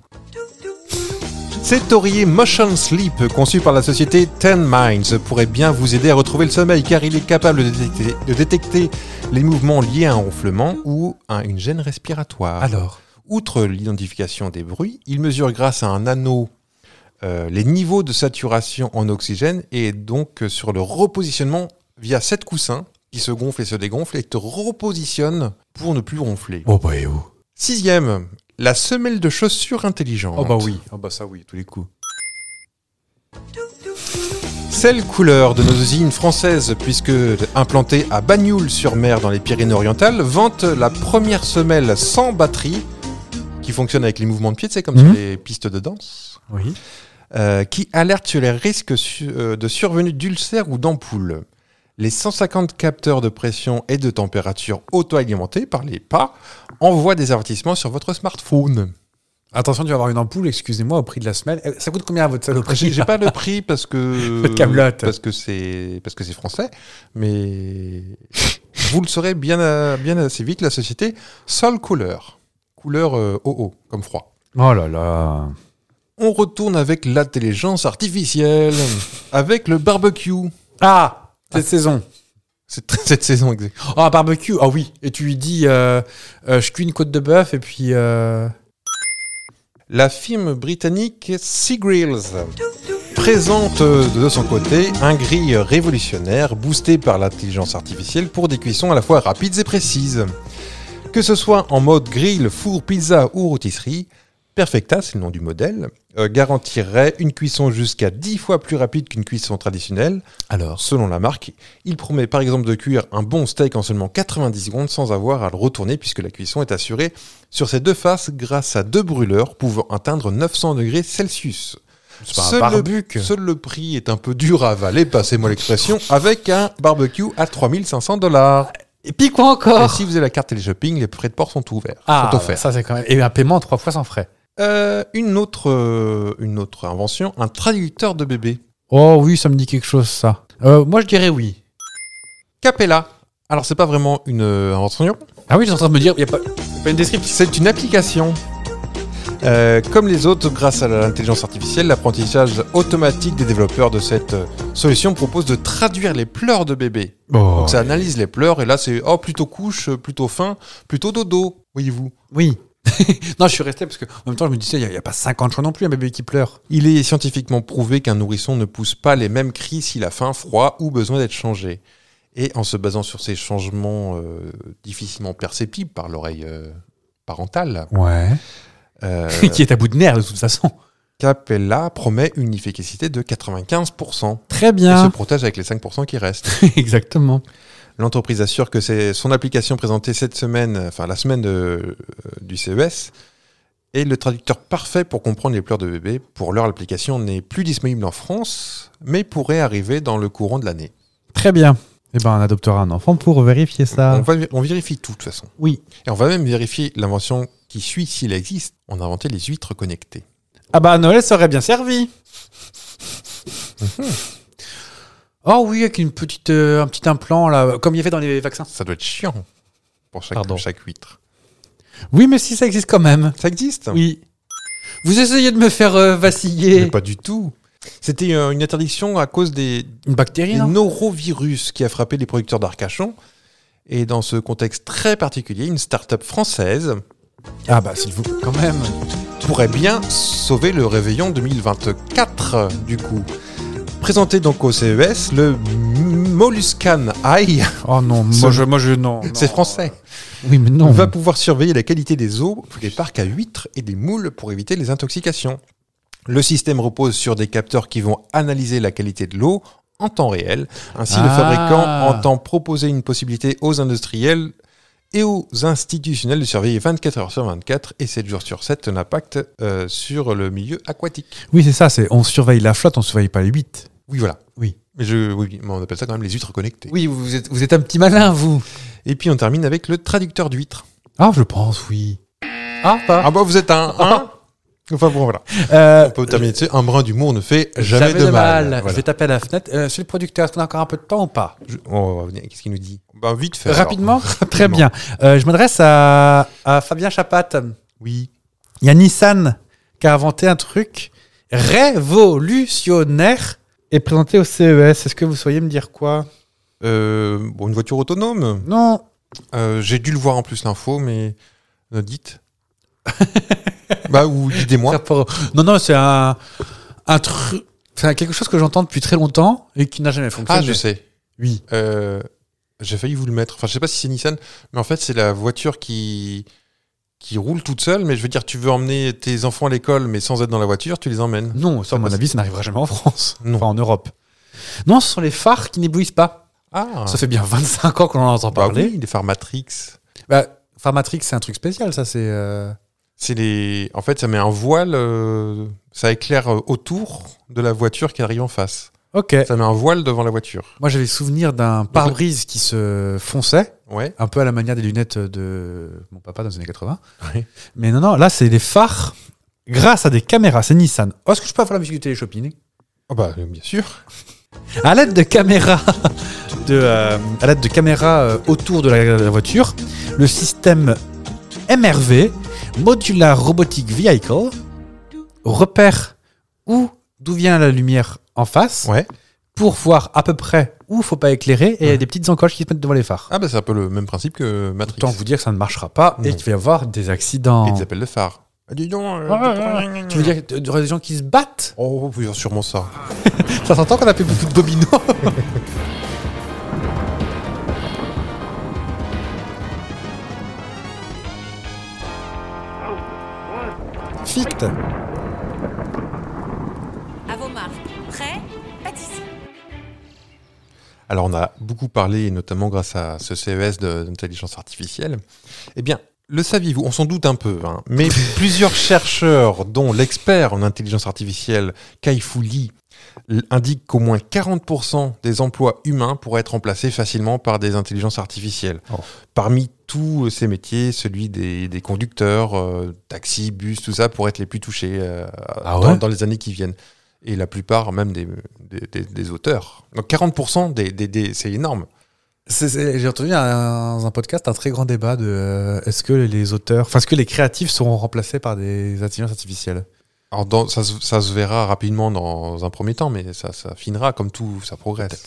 Cet oreiller Motion Sleep, conçu par la société Ten Minds, pourrait bien vous aider à retrouver le sommeil car il est capable de détecter, de détecter les mouvements liés à un ronflement ou à une gêne respiratoire. Alors Outre l'identification des bruits, il mesure grâce à un anneau euh, les niveaux de saturation en oxygène et donc euh, sur le repositionnement via sept coussins qui se gonflent et se dégonflent et te repositionnent pour ne plus ronfler. Oh bah et oh. Sixième, la semelle de chaussure intelligente. oh bah ça oui, tous les coups. Celle couleur de nos usines françaises, puisque implantée à Bagnoul-sur-Mer dans les Pyrénées-Orientales, vante la première semelle sans batterie qui fonctionne avec les mouvements de pied, c'est comme Mhm. sur les pistes de danse, Oui. euh, qui alerte sur les risques su- euh, de survenue d'ulcères ou d'ampoules. Les 150 capteurs de pression et de température auto-alimentés par les pas envoient des avertissements sur votre smartphone. Attention, tu vas avoir une ampoule, excusez-moi, au prix de la semelle. Eh, Ça coûte combien à votre saloperie J'ai j'ai pas le prix parce que Votre camelote. parce que c'est parce que c'est français, mais vous le saurez bien euh, bien assez vite la société Sol Couleur, couleur euh, OO comme froid. Oh là là. On retourne avec l'intelligence artificielle, avec le barbecue. Ah Cette saison. C'est très- cette saison exacte. Ah, barbecue, ah oui. Et tu lui dis, euh, euh, je cuis une côte de bœuf et puis. euh, La firme britannique Sea Grills présente euh, de son côté un grill révolutionnaire boosté par l'intelligence artificielle pour des cuissons à la fois rapides et précises. Que ce soit en mode grill, four, pizza ou rôtisserie, Perfecta, c'est le nom du modèle, euh, garantirait une cuisson jusqu'à 10 fois plus rapide qu'une cuisson traditionnelle. Alors, selon la marque, il promet par exemple de cuire un bon steak en seulement 90 secondes sans avoir à le retourner puisque la cuisson est assurée sur ses deux faces grâce à deux brûleurs pouvant atteindre 900 degrés Celsius. C'est pas un Seul le- barbuc. Seul le prix est un peu dur à avaler, passez-moi l'expression, avec un barbecue à 3500 dollars. Et puis quoi Et encore si vous avez la carte télé-shopping, les frais de port sont ouverts, Oh. Ah, sont offerts. ça c'est quand même. Et un paiement trois fois sans frais. Euh, une, autre, euh, une autre invention, un traducteur de bébé. Oh oui, ça me dit quelque chose, ça. Euh, moi, je dirais oui. Capella. Alors, c'est pas vraiment une euh, invention, Ah oui, j'étais en train de me dire, il a pas, pas une description. c'est une application. Euh, comme les autres, grâce à l'intelligence artificielle, l'apprentissage automatique des développeurs de cette euh, solution propose de traduire les pleurs de bébé. Oh. Donc ça analyse les pleurs et là c'est oh plutôt couche, plutôt fin, plutôt dodo, voyez-vous. Oui. non, je suis resté parce que en même temps, je me disais, il n'y a, pas 50 choix non plus, un bébé qui pleure. Il est scientifiquement prouvé qu'un nourrisson ne pousse pas les mêmes cris s'il a faim, froid ou besoin d'être changé. Et en se basant sur ces changements euh, difficilement perceptibles par l'oreille euh, parentale, Ouais. euh, qui est à bout de nerfs de toute façon. Capella promet une efficacité de 95% Très et se protège avec les 5% qui restent. Exactement. L'entreprise assure que c'est son application présentée cette semaine, enfin la semaine de- euh, du CES, est le traducteur parfait pour comprendre les pleurs de bébé. Pour l'heure, l'application n'est plus disponible en France, mais pourrait arriver dans le courant de l'année. Très bien. Eh ben, on adoptera un enfant pour vérifier On, ça. va- on vérifie tout de toute façon. Ah. Oui. Et on va même vérifier l'invention qui suit s'il existe. On a inventé les huîtres connectées. Ah bah, Noël serait bien servi. Mhm. oh oui, avec une petite, euh, un petit implant, là, comme il y avait dans les vaccins. Ça doit être chiant pour chaque, Pardon. chaque huître. Oui, mais si ça existe quand même. Ça existe Ah. Oui. Vous essayez de me faire euh, Mais vaciller. pas du tout. C'était euh, une interdiction à cause des, Une bactérie, des non norovirus qui a frappé les producteurs d'Arcachon. Et dans ce contexte très particulier, une start-up française Ah bah, s'il vous plaît, quand même. pourrait bien sauver le réveillon 2024 du coup. Présenté donc au CES, le Molluscan Eye, Oh non, Ce- moi je, moi je non. c'est non. français, Oui, mais non. va pouvoir surveiller la qualité des eaux des parcs à huîtres et des moules pour éviter les intoxications. Le système repose sur des capteurs qui vont analyser la qualité de l'eau en temps réel. Ainsi, le Ah. fabricant entend proposer une possibilité aux industriels et aux institutionnels de surveiller 24 heures sur 24 et 7 jours sur 7 l'impact euh, sur le milieu aquatique. Oui, c'est ça, c'est on surveille la flotte, on surveille pas les 8. Oui, voilà. Oui. Mais je, oui, mais on appelle ça quand même les huîtres connectées. Oui, vous êtes, vous êtes un petit malin, vous. Et puis on termine avec le traducteur d'huîtres. Ah, je pense, oui. Ah, Ah bah vous êtes un... hein enfin bon voilà. Euh, On peut terminer dessus. Un brin d'humour ne fait jamais, de mal. Je Voilà. vais taper à la fenêtre. Euh, Monsieur le producteur, est-ce qu'on a encore un peu de temps ou pas Je- on va revenir. Qu'est-ce qu'il nous dit Bah, Vite fait. Rapidement Très bien. Euh, je m'adresse à, à Fabien Chapat. Oui. Il y a Nissan qui a inventé un truc révolutionnaire et présenté au CES. Est-ce que vous sauriez me dire quoi Euh, bon, une voiture autonome. Non. Euh, J'ai dû le voir en plus l'info, mais euh, dites. bah, ou dites-moi. Rapport- Non, non, c'est un, un truc. Enfin, quelque chose que j'entends depuis très longtemps et qui n'a jamais fonctionné. Ah, je sais. Oui. Euh, j'ai failli vous le mettre. Enfin, je sais pas si c'est Nissan, mais en fait, c'est la voiture qui qui roule toute seule. Mais je veux dire, tu veux emmener tes enfants à l'école, mais sans être dans la voiture, tu les emmènes. Non, ça, à mon avis, ça n'arrivera jamais en France. Non. Enfin, en Europe. Non, ce sont les phares qui n'éblouissent pas. Ah, Ça fait bien 25 ans qu'on en entend bah parler. oui, les phares Matrix. Bah, Phare Matrix, c'est un truc spécial, ça. C'est. euh, C'est les. En fait, ça met un voile. euh, Ça éclaire euh, autour de la voiture qui arrive en face. Ok. Ça met un voile devant la voiture. Moi, j'avais souvenir d'un pare-brise qui se fonçait. Ouais. un peu à la manière des lunettes de mon papa dans les années 80. Ouais. Mais non, non, là, c'est les phares grâce à des caméras. C'est Nissan. Oh, Est-ce que je peux avoir la musique du télé-shopping Oh bah euh, bien sûr. À l'aide de caméras, de, euh, à l'aide de caméras euh, autour de la, de la voiture, le système MRV, Modular Robotic Vehicle, repère où d'où vient la lumière en face Ouais. pour voir à peu près où faut pas éclairer et il y a des petites encoches qui se mettent devant les phares. Ah bah c'est un peu le même principe que Matrix. Autant vous dire que ça ne marchera pas et Non. qu'il va y avoir des accidents. Et ils appellent le phare. Ah, dis donc. euh, Tu veux dire qu'il y aurait des gens qui se battent Oh, oui, sûrement ça. Ça s'entend qu'on a fait beaucoup de dominos Vite À vos marques. Prêt Pâtisserie. Alors, on a beaucoup parlé, et notamment grâce à ce CES de- d'intelligence artificielle. Eh bien, le saviez-vous On s'en doute un peu, hein, mais plusieurs chercheurs, dont l'expert en intelligence artificielle Kai-Fu Lee, l- indiquent qu'au moins 40% des emplois humains pourraient être remplacés facilement par des intelligences artificielles. Oh. Parmi tous ces métiers, celui des, des conducteurs, euh, taxis, bus, tout ça, pourrait être les plus touchés euh, Ah dans- ouais dans les années qui viennent et la plupart même des, des, des- des auteurs. Donc 40% des, des- des- c'est énorme. C'est- c'est- J'ai entendu un- dans un podcast un très grand débat de euh, est-ce que les auteurs, enfin est-ce que les créatifs seront remplacés par des intelligences artificielles Alors dans- ça, se- ça se verra rapidement dans un premier temps, mais ça, ça finira comme tout, ça progresse.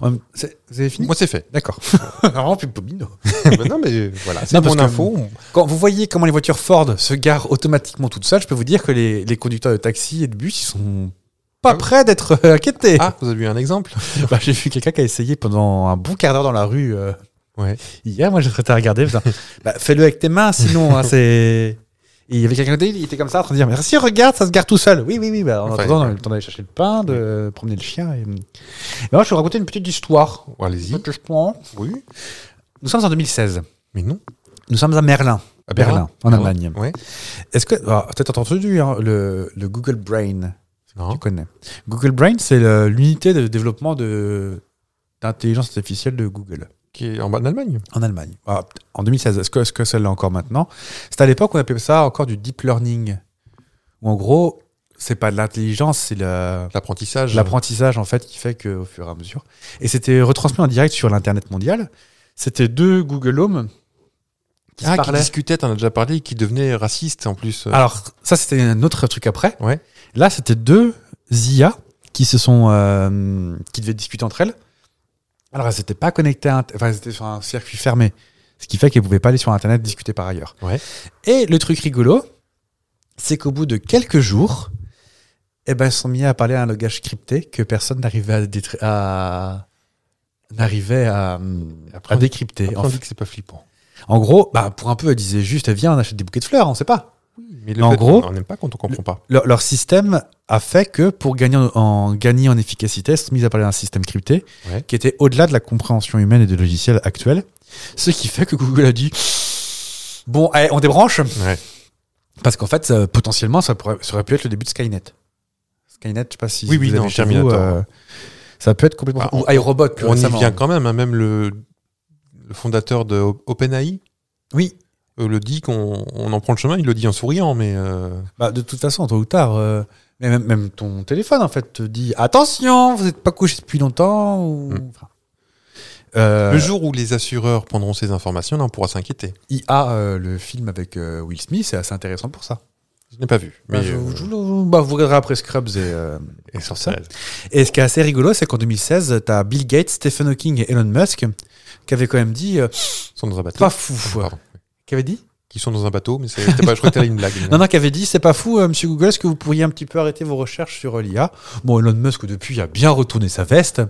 En même- c'est- Vous avez fini Moi c'est fait. D'accord. Vraiment, plus de dominos. Ben non mais voilà, c'est Non, parce mon que- info. Quand vous voyez comment les voitures Ford se garent automatiquement toutes seules, je peux vous dire que les, les conducteurs de taxi et de bus, ils sont Ah pas oui prêts d'être euh, inquiétés. Ah, vous avez eu un exemple Bah, j'ai vu quelqu'un qui a essayé pendant un bon quart d'heure dans la rue. euh, Ouais. Hier, moi, j'ai traité à regarder. putain. Bah, fais-le avec tes mains, sinon, hein, c'est. Et il y avait quelqu'un d'autre, il était comme ça en train de dire Mais si, regarde, ça se gare tout seul. Oui, oui, oui. Bah, en Enfin, attendant, on a eu le temps d'aller chercher le pain, de euh, promener le chien. Et... et moi, je vais vous raconter une petite histoire. Oh, Allez-y. Petite histoire. Oui. Nous sommes en 2016. Mais non. Nous sommes à Merlin. À Ah Berlin, en Allemagne. Ouais. Est-ce que. alors, peut-être entendu hein, le, le Google Brain. Non. Tu connais. Google Brain, c'est le- l'unité de développement de d'intelligence artificielle de Google. Qui est en, en Allemagne. en Allemagne. Ah, p- en 2016, est-ce que, est-ce que ça l'est encore maintenant C'était à l'époque, on appelait ça encore du deep learning. Où en gros, c'est pas de l'intelligence, c'est la- L'apprentissage. l'apprentissage en fait qui fait qu'au fur et à mesure. Et c'était retransmis en direct sur l'Internet mondial. C'était deux Google Home qui se Ah, qui parlaient. discutait, t'en as déjà parlé, qui devenait raciste en plus. Alors, ça, c'était un autre truc après. Ouais. Là, c'était deux IA qui se sont. euh, qui devaient discuter entre elles. Alors, elles n'étaient pas connectées à. int- Enfin, elles étaient sur un circuit fermé. Ce qui fait qu'elles ne pouvaient pas aller sur Internet discuter par ailleurs. Ouais. Et le truc rigolo, c'est qu'au bout de quelques jours, eh ben, elles se sont mis à parler un langage crypté que personne n'arrivait à, détri- à- n'arrivait à, à Apprendre- décrypter. Après, En, on dit que c'est pas flippant. en gros, bah, pour un peu, elle disait juste, viens, on achète des bouquets de fleurs, on ne sait pas. Mais en fait- gros- on n'aime pas quand on comprend pas. Leur, leur système a fait que pour gagner en, en- gagner en efficacité, c'est mis à parler d'un système crypté Ouais. qui était au-delà de la compréhension humaine et des logiciels actuels. Ce qui fait que Google a dit Bon, allez, on débranche. Ouais. Parce qu'en fait, ça- potentiellement, ça, pourrait, ça aurait pu être le début de Skynet. Skynet, je sais pas si. Oui, oui, vous avez non, chez vous, euh, Terminator. ça peut être complètement. Ah, on- ou iRobot, plus On y récemment. vient quand même, hein, même le, le fondateur de O- OpenAI Oui, euh, le dit qu'on on en prend le chemin, il le dit en souriant, mais euh, Bah, de toute façon, tôt ou tard, euh, mais même, même ton téléphone, en fait, te dit Attention, vous n'êtes pas couché depuis longtemps. Ou... Mm. enfin, euh, le jour où les assureurs prendront ces informations, là, on pourra s'inquiéter. IA, euh, le film avec euh, Will Smith, c'est assez intéressant pour ça. Je n'ai pas vu. Mais Bah, je- euh, je- je- bah, vous regarderez après Scrubs et, euh, et sur ça. Sorceresse. Et ce qui est assez rigolo, c'est qu'en 2016, tu as Bill Gates, Stephen Hawking et Elon Musk qui avaient quand même dit euh, Ils sont dans un bateau. Pas fou. Pardon. Qui avaient dit qui sont dans un bateau, mais c'est- c'était pas, je crois que t'avais une blague. Non, non, qui avait dit, c'est pas fou, euh, monsieur Google, est-ce que vous pourriez un petit peu arrêter vos recherches sur euh, l'IA Bon, Elon Musk, depuis, a bien retourné sa veste,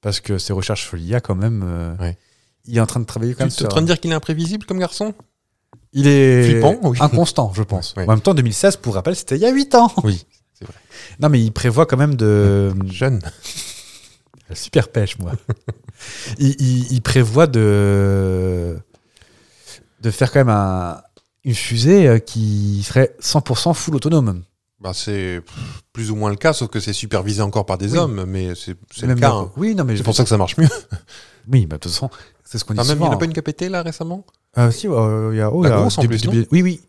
parce que ses recherches sur l'IA, quand même, euh, Ouais. il est en train de travailler Tu comme es ça. hein. en train de dire qu'il est imprévisible comme garçon Il est Flippant, oui. inconstant, je pense. Ouais. En même temps, 2016, pour rappel, c'était il y a 8 ans. Oui, c'est vrai. Non, mais il prévoit quand même de... Jeune. Super pêche, moi. il, il- il prévoit de... de faire quand même un- une fusée euh, qui serait 100% full autonome. Bah, c'est pff, plus ou moins le cas, sauf que c'est supervisé encore par des Oui. hommes, mais c'est c'est le Même cas. dans- hein. Oui, non, mais C'est pour ça que ça marche mieux. Oui, bah, de toute façon, c'est ce qu'on dit Enfin, même, il souvent. n'y en a pas une KPT là récemment Euh, si, euh, il y a... oh, La il y a- grosse, en plus, non Oui, oui.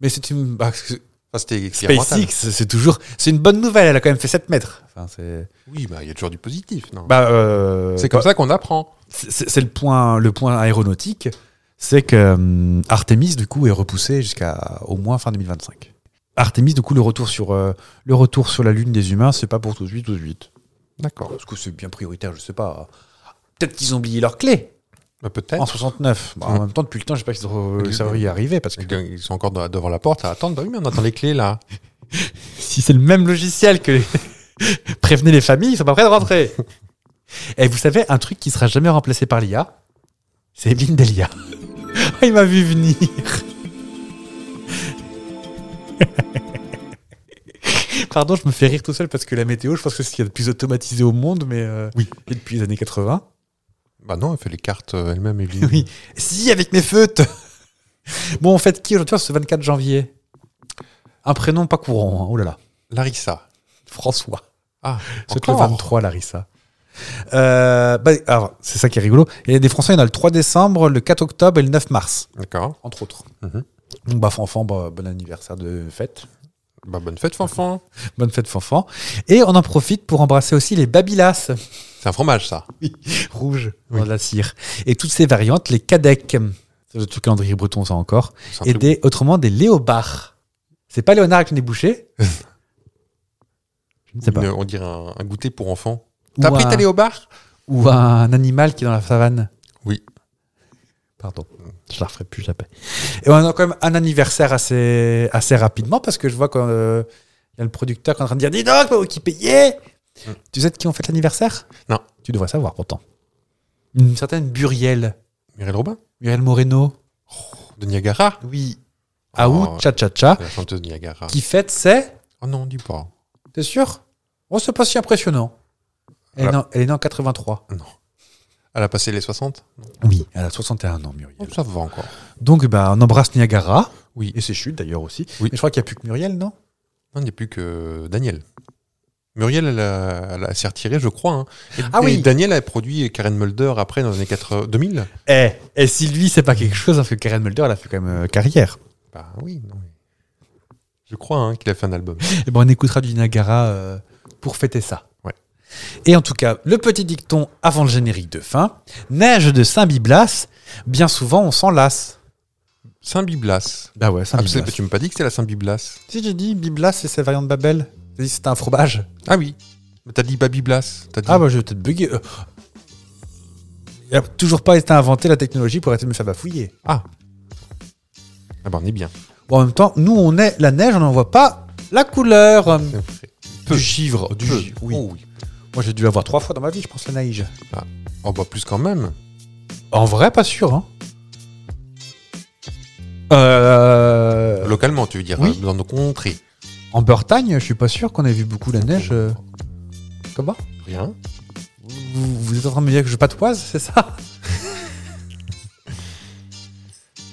Mais c'est une... bah, c'est- Enfin, C'était expérimental. SpaceX, c'est toujours... C'est une bonne nouvelle, elle a quand même fait 7 mètres. Enfin, c'est... Oui, bah, il y a toujours du positif. non Bah, euh, c'est comme ça qu'on apprend. c'est c'est le point, le point aéronautique, c'est que hum, Artemis du coup est repoussé jusqu'à au moins fin 2025. Artemis du coup le retour sur euh, le retour sur la lune des humains, c'est pas pour tout de suite, tout de suite. D'accord. Parce que c'est bien prioritaire, je sais pas. Peut-être qu'ils ont oublié leur clé Bah, en Peut-être. 69. Bah, En même temps, depuis le temps, je sais pas si euh, ça va y arriver parce que Ils sont encore de- devant la porte à attendre. Bah oui, mais on attend les clés là. si c'est le même logiciel que les- prévenez les familles, ils sont pas prêts de rentrer. Et vous savez, un truc qui sera jamais remplacé par l'IA, c'est Evelyne Delia. Oh, Il m'a vu venir. Pardon, je me fais rire tout seul parce que la météo, je pense que c'est ce qu'il y a de plus automatisé au monde, mais euh, Oui. et depuis les années 80. Bah non, elle fait les cartes euh, elle-même. Evelyne. Oui. Si, avec mes feutres Bon, en fait, qui aujourd'hui ce 24 janvier Un prénom pas courant, hein. oh là là. Larissa. François. Ah, C'est le encore 23, Larissa. Euh, bah, alors, c'est ça qui est rigolo. Il y a des Français, il y en a le 3 décembre, le 4 octobre et le 9 mars, hein. D'accord. entre autres. Mhm. Donc, bah, Fanfan, bah, bon anniversaire de fête. Bah, bonne fête, Fanfan. Bonne fête, Fanfan. Et on en profite pour embrasser aussi les Babylas C'est un fromage, ça. rouges dans de la cire. Et toutes ces variantes, les Kadek, c'est le truc calendrier breton, ça encore. C'est un Et truc- des, autrement, des léobards. C'est pas Léonard avec le nez bouché Je ne sais pas. une- on dirait un, un goûter pour enfants. T'as Ou pris un- ta léopard Ou un animal qui est dans la savane Oui. Pardon, je la referai plus jamais. Et on a quand même un anniversaire assez, assez rapidement parce que je vois qu'il y a le producteur qui est en train de dire Dis donc, vous qui payez Mm. Tu sais de qui on fait l'anniversaire Non. Tu devrais savoir pourtant. Une certaine Buriel. Mireille Robin Muriel Moreno. De Niagara Oui. Oh. Aout, cha cha cha. La chanteuse de Niagara. Qui fête, c'est. Oh non, dis pas. T'es sûr Oh, c'est pas si impressionnant. Elle, est Voilà. née en- elle est née en 83. Elle a passé les 60 Oui, elle a 61 ans, Muriel. Oh, Ça va encore. Donc, bah, on embrasse Niagara. Oui. Et ses chutes, d'ailleurs, aussi. Oui. Mais je crois qu'il n'y a plus que Muriel, non Non, il n'y a plus que Daniel. Muriel, elle, a- elle a- s'est retirée, je crois. hein. Et, Ah et oui. Daniel a produit Karen Mulder après dans les années 80 2000. Eh, et si lui, c'est pas quelque chose, hein, parce que Karen Mulder, elle a fait quand même euh, carrière. Bah oui, non. mais- Je crois hein, qu'il a fait un album. Et ben, on écoutera du Niagara euh, pour fêter ça. Ouais. Et en tout cas, le petit dicton avant le générique de fin Neige de Saint-Biblas, bien souvent, on s'en lasse. Saint Biblas. Bah ouais, Ah, c'est- tu m'as pas dit que c'était la Saint Biblas Si j'ai dit Biblas, c'est sa variante de Babel. T'as dit que c'était un fromage. Ah oui. Mais T'as dit pas Biblas. T'as dit Ah bah, je vais peut-être bugger. Euh, Il a toujours pas été inventé la technologie pour arrêter de me faire bafouiller. Ah bah on est bien. Bon, en même temps, nous, on est la neige, on n'en voit pas la couleur. Peu. Du givre, du Peu. gi- oui. Oh, oui. Moi, j'ai dû la voir trois fois dans ma vie, je pense, la neige. Oh bah plus quand même. En vrai, pas sûr. Hein. Euh, Localement, tu veux dire, oui. euh, dans nos contrées. en Bretagne, je suis pas sûr qu'on ait vu beaucoup la neige. euh. Comment Rien. vous, vous êtes en train de me dire que je patoise, c'est ça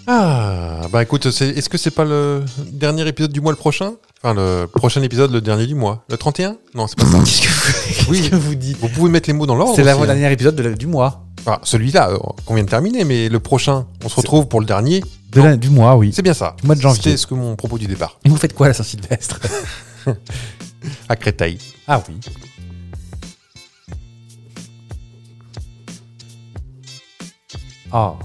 Ah bah écoute, c'est- est-ce que c'est pas le dernier épisode du mois le prochain Enfin le prochain épisode, le dernier du mois. Le 31 Non, c'est pas ça. Qu'est-ce que vous, Oui. qu'est-ce que vous dites Oh, Vous pouvez mettre les mots dans l'ordre. C'est aussi, hein. l'avant-dernier épisode de la- du mois. Enfin, celui-là euh, qu'on vient de terminer, mais le prochain, on se retrouve pour le dernier. De la- du mois, oui. C'est bien ça. Du mois de janvier. C'était ce que mon propos du départ. Vous faites quoi à la Saint-Sylvestre À Créteil. Ah oui. Ah.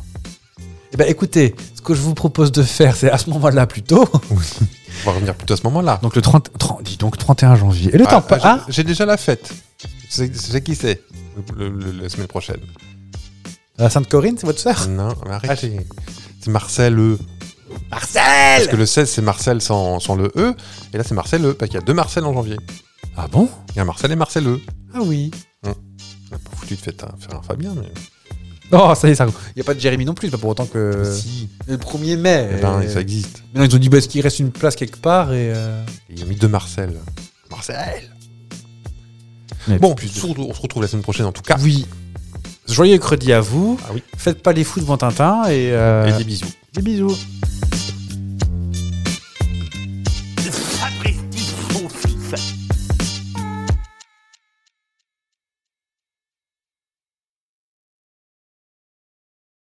Eh ben écoutez, ce que je vous propose de faire, c'est à ce moment-là plutôt. On va revenir plutôt à ce moment-là. Donc le 30, 30 dis donc 31 janvier. Et le temps Ah, passe. j'ai- J'ai déjà la fête. C'est c'est qui c'est Le- le- le- La semaine prochaine. la Sainte Corinne, c'est votre sœur Non, mais arrêtez. C'est Marcel, eux. Parce que le 16, c'est Marcel sans, sans le E. Et là, c'est Marcel E. Parce qu'il y a deux Marcel en janvier. Ah bon Il y a Marcel et Marcel E. Ah oui. On a pas foutu de fête à faire un Fabien, mais. Non, Oh, ça y est, ça. Il n'y a pas de Jérémy non plus, c'est pas pour autant que. Si, Le 1er mai. eh ben, euh, ça existe. Maintenant, ils ont dit bah, est-ce qu'il reste une place quelque part et. euh, Il a mis deux Marcel. Marcel Mais Bon, plus de- sur- on se retrouve la semaine prochaine en tout cas. Oui. Joyeux mercredi à vous. Ah oui. Faites pas les fous devant Tintin et. euh, Et des bisous. des bisous.